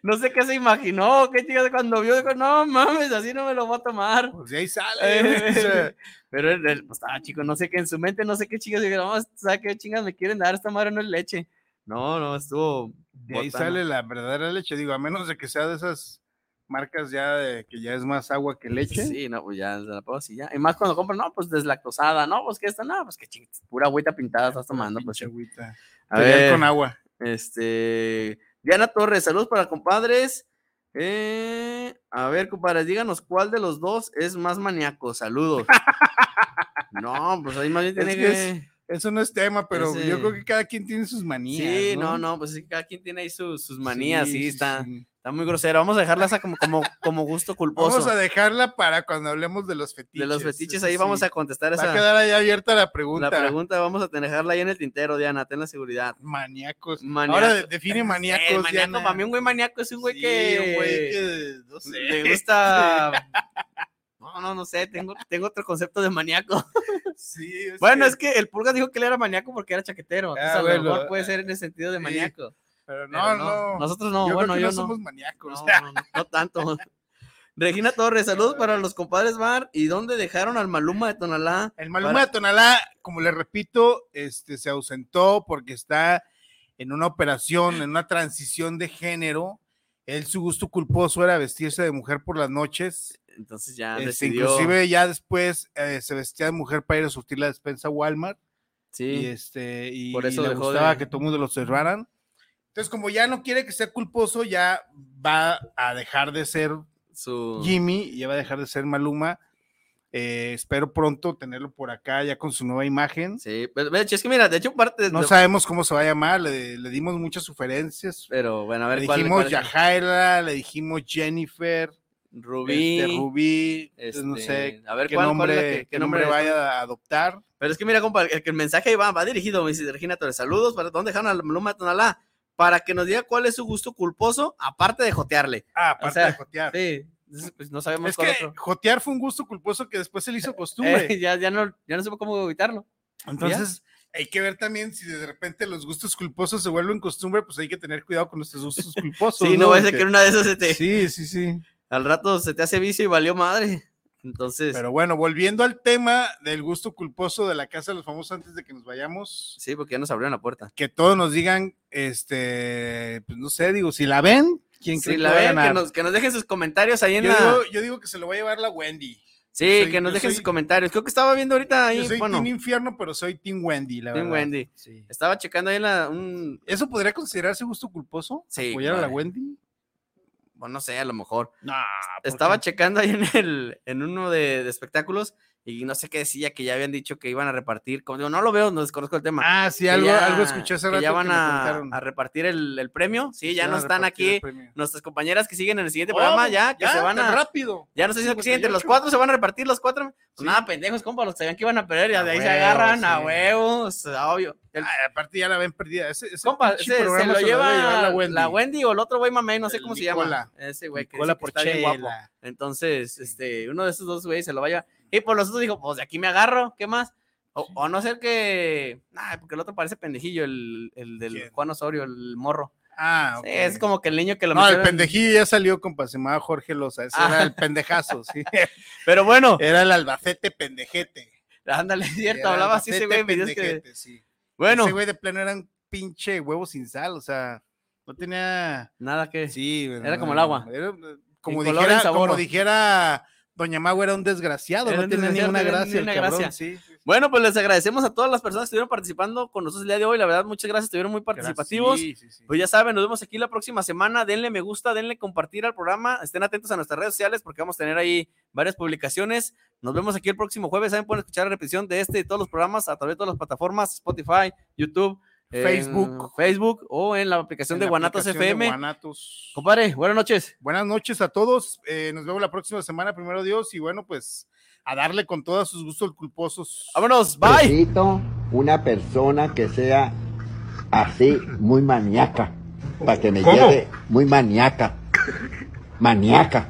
Speaker 6: no sé qué se imaginó, qué chicas cuando vio, dijo, no mames, así no me lo voy a tomar.
Speaker 7: Pues de ahí sale. güey, o sea,
Speaker 6: Pero él, él, pues estaba chico, no sé qué en su mente, no sé qué chicas dijeron, vamos, ¿sabes qué chingas me quieren dar? Esta madre no es leche. No, no, estuvo.
Speaker 7: de ahí
Speaker 6: botana.
Speaker 7: sale la verdadera leche. Digo, a menos de que sea de esas marcas ya de que ya es más agua que leche.
Speaker 6: Sí, no, pues ya, se la puedo así ya. Y más cuando compran, no, pues deslactosada, no, pues que esta, no, pues que ching, pura agüita pintada estás tomando, pues. sí.
Speaker 7: Agüita.
Speaker 6: A
Speaker 7: Pelear
Speaker 6: ver,
Speaker 7: con agua.
Speaker 6: Este, Diana Torres, saludos para compadres. Eh, a ver, compadres, díganos cuál de los dos es más maníaco. Saludos. no, pues ahí más bien
Speaker 7: Es
Speaker 6: tiene
Speaker 7: que
Speaker 6: que.
Speaker 7: es- eso no es tema, pero
Speaker 6: Ese-
Speaker 7: yo creo que cada quien tiene sus manías.
Speaker 6: Sí, no,
Speaker 7: no,
Speaker 6: no, pues es que cada quien tiene ahí su- sus manías, sí,
Speaker 7: sí,
Speaker 6: está, está muy grosero. Vamos a dejarlas a como, como, como gusto culposo.
Speaker 7: Vamos a dejarla para cuando hablemos de los fetiches.
Speaker 6: de los fetiches,
Speaker 7: eso
Speaker 6: ahí vamos
Speaker 7: sí.
Speaker 6: a contestar
Speaker 7: Va
Speaker 6: esa.
Speaker 7: a quedar ahí abierta la pregunta.
Speaker 6: La pregunta vamos a dejarla ahí en el tintero, Diana, ten la seguridad.
Speaker 7: Maníacos.
Speaker 6: Maníaco.
Speaker 7: Ahora de- define
Speaker 6: Eh,
Speaker 7: maníacos.
Speaker 6: maníaco,
Speaker 7: Diana.
Speaker 6: para mí un güey maníaco es un güey
Speaker 7: Sí,
Speaker 6: que...
Speaker 7: un güey que, no sé.
Speaker 6: Le gusta... No, no, no sé, tengo, tengo otro concepto de maníaco.
Speaker 7: Sí, es
Speaker 6: bueno,
Speaker 7: que-
Speaker 6: es que el Pulga dijo que él era maníaco porque era chaquetero. entonces a lo
Speaker 7: Ah, bueno,
Speaker 6: mejor puede ser en el sentido de
Speaker 7: sí,
Speaker 6: maníaco.
Speaker 7: Pero no,
Speaker 6: pero no,
Speaker 7: no.
Speaker 6: nosotros no,
Speaker 7: creo
Speaker 6: bueno,
Speaker 7: que
Speaker 6: yo
Speaker 7: no,
Speaker 6: no.
Speaker 7: somos maníacos.
Speaker 6: No, no, no, no tanto. Regina Torres, saludos para los compadres Bar. ¿Y dónde dejaron al Maluma de Tonalá?
Speaker 7: El Maluma de Tonalá, como les repito, este, se ausentó porque está en una operación, en una transición de género. Él, su gusto culposo era vestirse de mujer por las noches.
Speaker 6: Entonces ya
Speaker 7: Este,
Speaker 6: decidió...
Speaker 7: inclusive ya después eh, se vestía de mujer para ir a surtir la despensa a Walmart. Sí. Y este, y
Speaker 6: Por eso
Speaker 7: le
Speaker 6: dejó
Speaker 7: gustaba
Speaker 6: de-
Speaker 7: que todo el mundo lo cerraran. Entonces, como ya no quiere que sea culposo, ya va a dejar de ser Jimmy, y ya va a dejar de ser Maluma. Eh, espero pronto tenerlo por acá, ya con su nueva imagen.
Speaker 6: Sí, es que mira, de hecho, parte.
Speaker 7: No
Speaker 6: lo-
Speaker 7: sabemos cómo se va a llamar, le, le dimos muchas sugerencias.
Speaker 6: Pero bueno, a ver
Speaker 7: le
Speaker 6: cuál-
Speaker 7: dijimos
Speaker 6: cuál Este, es el-
Speaker 7: Yajaira, le dijimos Jennifer,
Speaker 6: Rubí,
Speaker 7: este, Rubí,
Speaker 6: este,
Speaker 7: no sé
Speaker 6: a ver,
Speaker 7: qué,
Speaker 6: ¿cuál- cuál es
Speaker 7: nombre,
Speaker 6: la que- qué
Speaker 7: qué
Speaker 6: nombre
Speaker 7: nombre
Speaker 6: es?
Speaker 7: vaya a adoptar.
Speaker 6: Pero es que mira, compa, el, que el mensaje ahí va, va dirigido, me dice Regina Torres, saludos, ¿para dónde dejaron a Maluma Tonalá? Para que nos diga cuál es su gusto culposo, aparte de jotearle.
Speaker 7: Ah, aparte
Speaker 6: sea,
Speaker 7: de jotear.
Speaker 6: Sí, entonces, pues no sabemos
Speaker 7: Es
Speaker 6: cuál
Speaker 7: que
Speaker 6: otro.
Speaker 7: jotear fue un gusto culposo que después se le hizo costumbre.
Speaker 6: Eh, ya, ya, no, ya no supo cómo evitarlo.
Speaker 7: Entonces, hay que ver también si de repente los gustos culposos se vuelven costumbre, pues hay que tener cuidado con nuestros gustos culposos.
Speaker 6: Sí, no vaya a ser
Speaker 7: Porque-
Speaker 6: que en una de esas se te-
Speaker 7: Sí, sí, sí.
Speaker 6: Al rato se te hace vicio y valió madre. Entonces.
Speaker 7: Pero bueno, volviendo al tema del gusto culposo de la Casa de los Famosos antes de que nos vayamos.
Speaker 6: Sí, porque ya nos abrieron la puerta.
Speaker 7: Que todos nos digan, este, pues no sé, digo, si la ven, ¿quién
Speaker 6: Si
Speaker 7: creen
Speaker 6: la
Speaker 7: que va a
Speaker 6: ven, que
Speaker 7: ganar?
Speaker 6: nos, que nos dejen sus comentarios ahí
Speaker 7: yo,
Speaker 6: en la.
Speaker 7: digo, yo digo que se lo va a llevar la Wendy.
Speaker 6: sí,
Speaker 7: soy-
Speaker 6: que nos
Speaker 7: yo
Speaker 6: dejen
Speaker 7: soy-
Speaker 6: sus comentarios. Creo que estaba viendo ahorita ahí.
Speaker 7: yo soy
Speaker 6: bueno,
Speaker 7: Team Infierno, pero soy Team Wendy, la
Speaker 6: Team
Speaker 7: verdad.
Speaker 6: Wendy. Estaba checando ahí la, un.
Speaker 7: ¿Eso podría considerarse gusto culposo?
Speaker 6: Sí,
Speaker 7: ¿Apoyar a la
Speaker 6: claro.
Speaker 7: Wendy?
Speaker 6: Bueno, no sé, a lo mejor.
Speaker 7: ¿por
Speaker 6: Estaba
Speaker 7: qué?
Speaker 6: checando ahí en, el, en uno de, de espectáculos y no sé qué decía, que ya habían dicho que iban a repartir. Como digo, no lo veo, no desconozco el tema.
Speaker 7: Ah, sí,
Speaker 6: Que
Speaker 7: algo- algo escuché hace
Speaker 6: que
Speaker 7: rato
Speaker 6: ya van
Speaker 7: que me
Speaker 6: a,
Speaker 7: contaron.
Speaker 6: a repartir el, el premio. Sí,
Speaker 7: Que
Speaker 6: ya
Speaker 7: se
Speaker 6: no
Speaker 7: van a
Speaker 6: están
Speaker 7: repartir el
Speaker 6: aquí.
Speaker 7: premio.
Speaker 6: Nuestras compañeras que siguen en el siguiente
Speaker 7: Oh,
Speaker 6: programa, ya, que
Speaker 7: ya,
Speaker 6: se van
Speaker 7: tan
Speaker 6: a.
Speaker 7: rápido.
Speaker 6: Ya no estoy diciendo que siguen entre los
Speaker 7: 58.
Speaker 6: cuatro se van a repartir los cuatro. Pues Nada, pendejos, compa, los que sabían que iban a perder, ya de ahí se
Speaker 7: huevo,
Speaker 6: agarran a
Speaker 7: sí. Ah,
Speaker 6: huevos, obvio. El-
Speaker 7: Aparte ya la ven perdida. Ese, ese
Speaker 6: compa,
Speaker 7: pinche
Speaker 6: ese se
Speaker 7: programa
Speaker 6: lo
Speaker 7: se debe llevar
Speaker 6: lleva
Speaker 7: la
Speaker 6: la
Speaker 7: Wendy.
Speaker 6: Wendy. o el otro güey mamey, no sé cómo se
Speaker 7: Nicola.
Speaker 6: llama. Ese güey que,
Speaker 7: Nicola
Speaker 6: dice que está bien
Speaker 7: Porchela.
Speaker 6: guapo. Entonces, este, uno de esos dos güeyes se lo vaya. Y por los otros dijo, pues de aquí me agarro, ¿qué más? O, o a no ser que. Nah, porque el otro parece pendejillo, el, el del Juan Osorio, el morro.
Speaker 7: Ah,
Speaker 6: Sí,
Speaker 7: ok.
Speaker 6: es como que el niño que lo
Speaker 7: No, el
Speaker 6: metieron-
Speaker 7: pendejillo ya salió, compa, se llamaba Jorge Loza. Ese
Speaker 6: Ah.
Speaker 7: era el pendejazo, sí.
Speaker 6: Pero bueno.
Speaker 7: Era el albacete pendejete.
Speaker 6: Ándale, es cierto,
Speaker 7: Era
Speaker 6: hablaba así ese güey. en
Speaker 7: Albacete
Speaker 6: videos que-
Speaker 7: pendejete, sí.
Speaker 6: Bueno.
Speaker 7: Ese güey de plano era un pinche huevo sin sal, o sea, no tenía...
Speaker 6: Nada que...
Speaker 7: Sí.
Speaker 6: Era como el agua.
Speaker 7: Era, como,
Speaker 6: Sin color, sin
Speaker 7: dijera,
Speaker 6: sabor.
Speaker 7: como dijera Doña Mago, era un desgraciado,
Speaker 6: Era
Speaker 7: no
Speaker 6: un
Speaker 7: tenía
Speaker 6: desgraciado,
Speaker 7: ninguna
Speaker 6: no tenía
Speaker 7: gracia. el
Speaker 6: ninguna
Speaker 7: cabrón,
Speaker 6: gracia.
Speaker 7: sí.
Speaker 6: Bueno, pues les agradecemos a todas las personas que estuvieron participando con nosotros el día de hoy. La verdad, muchas gracias, estuvieron muy participativos.
Speaker 7: Sí, sí, sí.
Speaker 6: Pues ya saben, nos vemos aquí la próxima semana. Denle me gusta, denle compartir al programa. Estén atentos a nuestras redes sociales porque vamos a tener ahí varias publicaciones. Nos vemos aquí el próximo jueves. Saben, pueden escuchar la repetición de este y todos los programas a través de todas las plataformas: Spotify, YouTube, eh,
Speaker 7: Facebook.
Speaker 6: Facebook o en la aplicación
Speaker 7: En
Speaker 6: de
Speaker 7: la
Speaker 6: Guanatos
Speaker 7: aplicación de
Speaker 6: FM.
Speaker 7: Guanatos.
Speaker 6: Compadre, buenas noches.
Speaker 7: Buenas noches a todos. eh, nos vemos la próxima semana, primero Dios, y bueno, pues a darle con todos sus gustos culposos.
Speaker 6: Vámonos,
Speaker 13: Necesito una persona que sea así, muy maníaca, para que me
Speaker 7: ¿Cómo?
Speaker 13: lleve muy maníaca. Maníaca.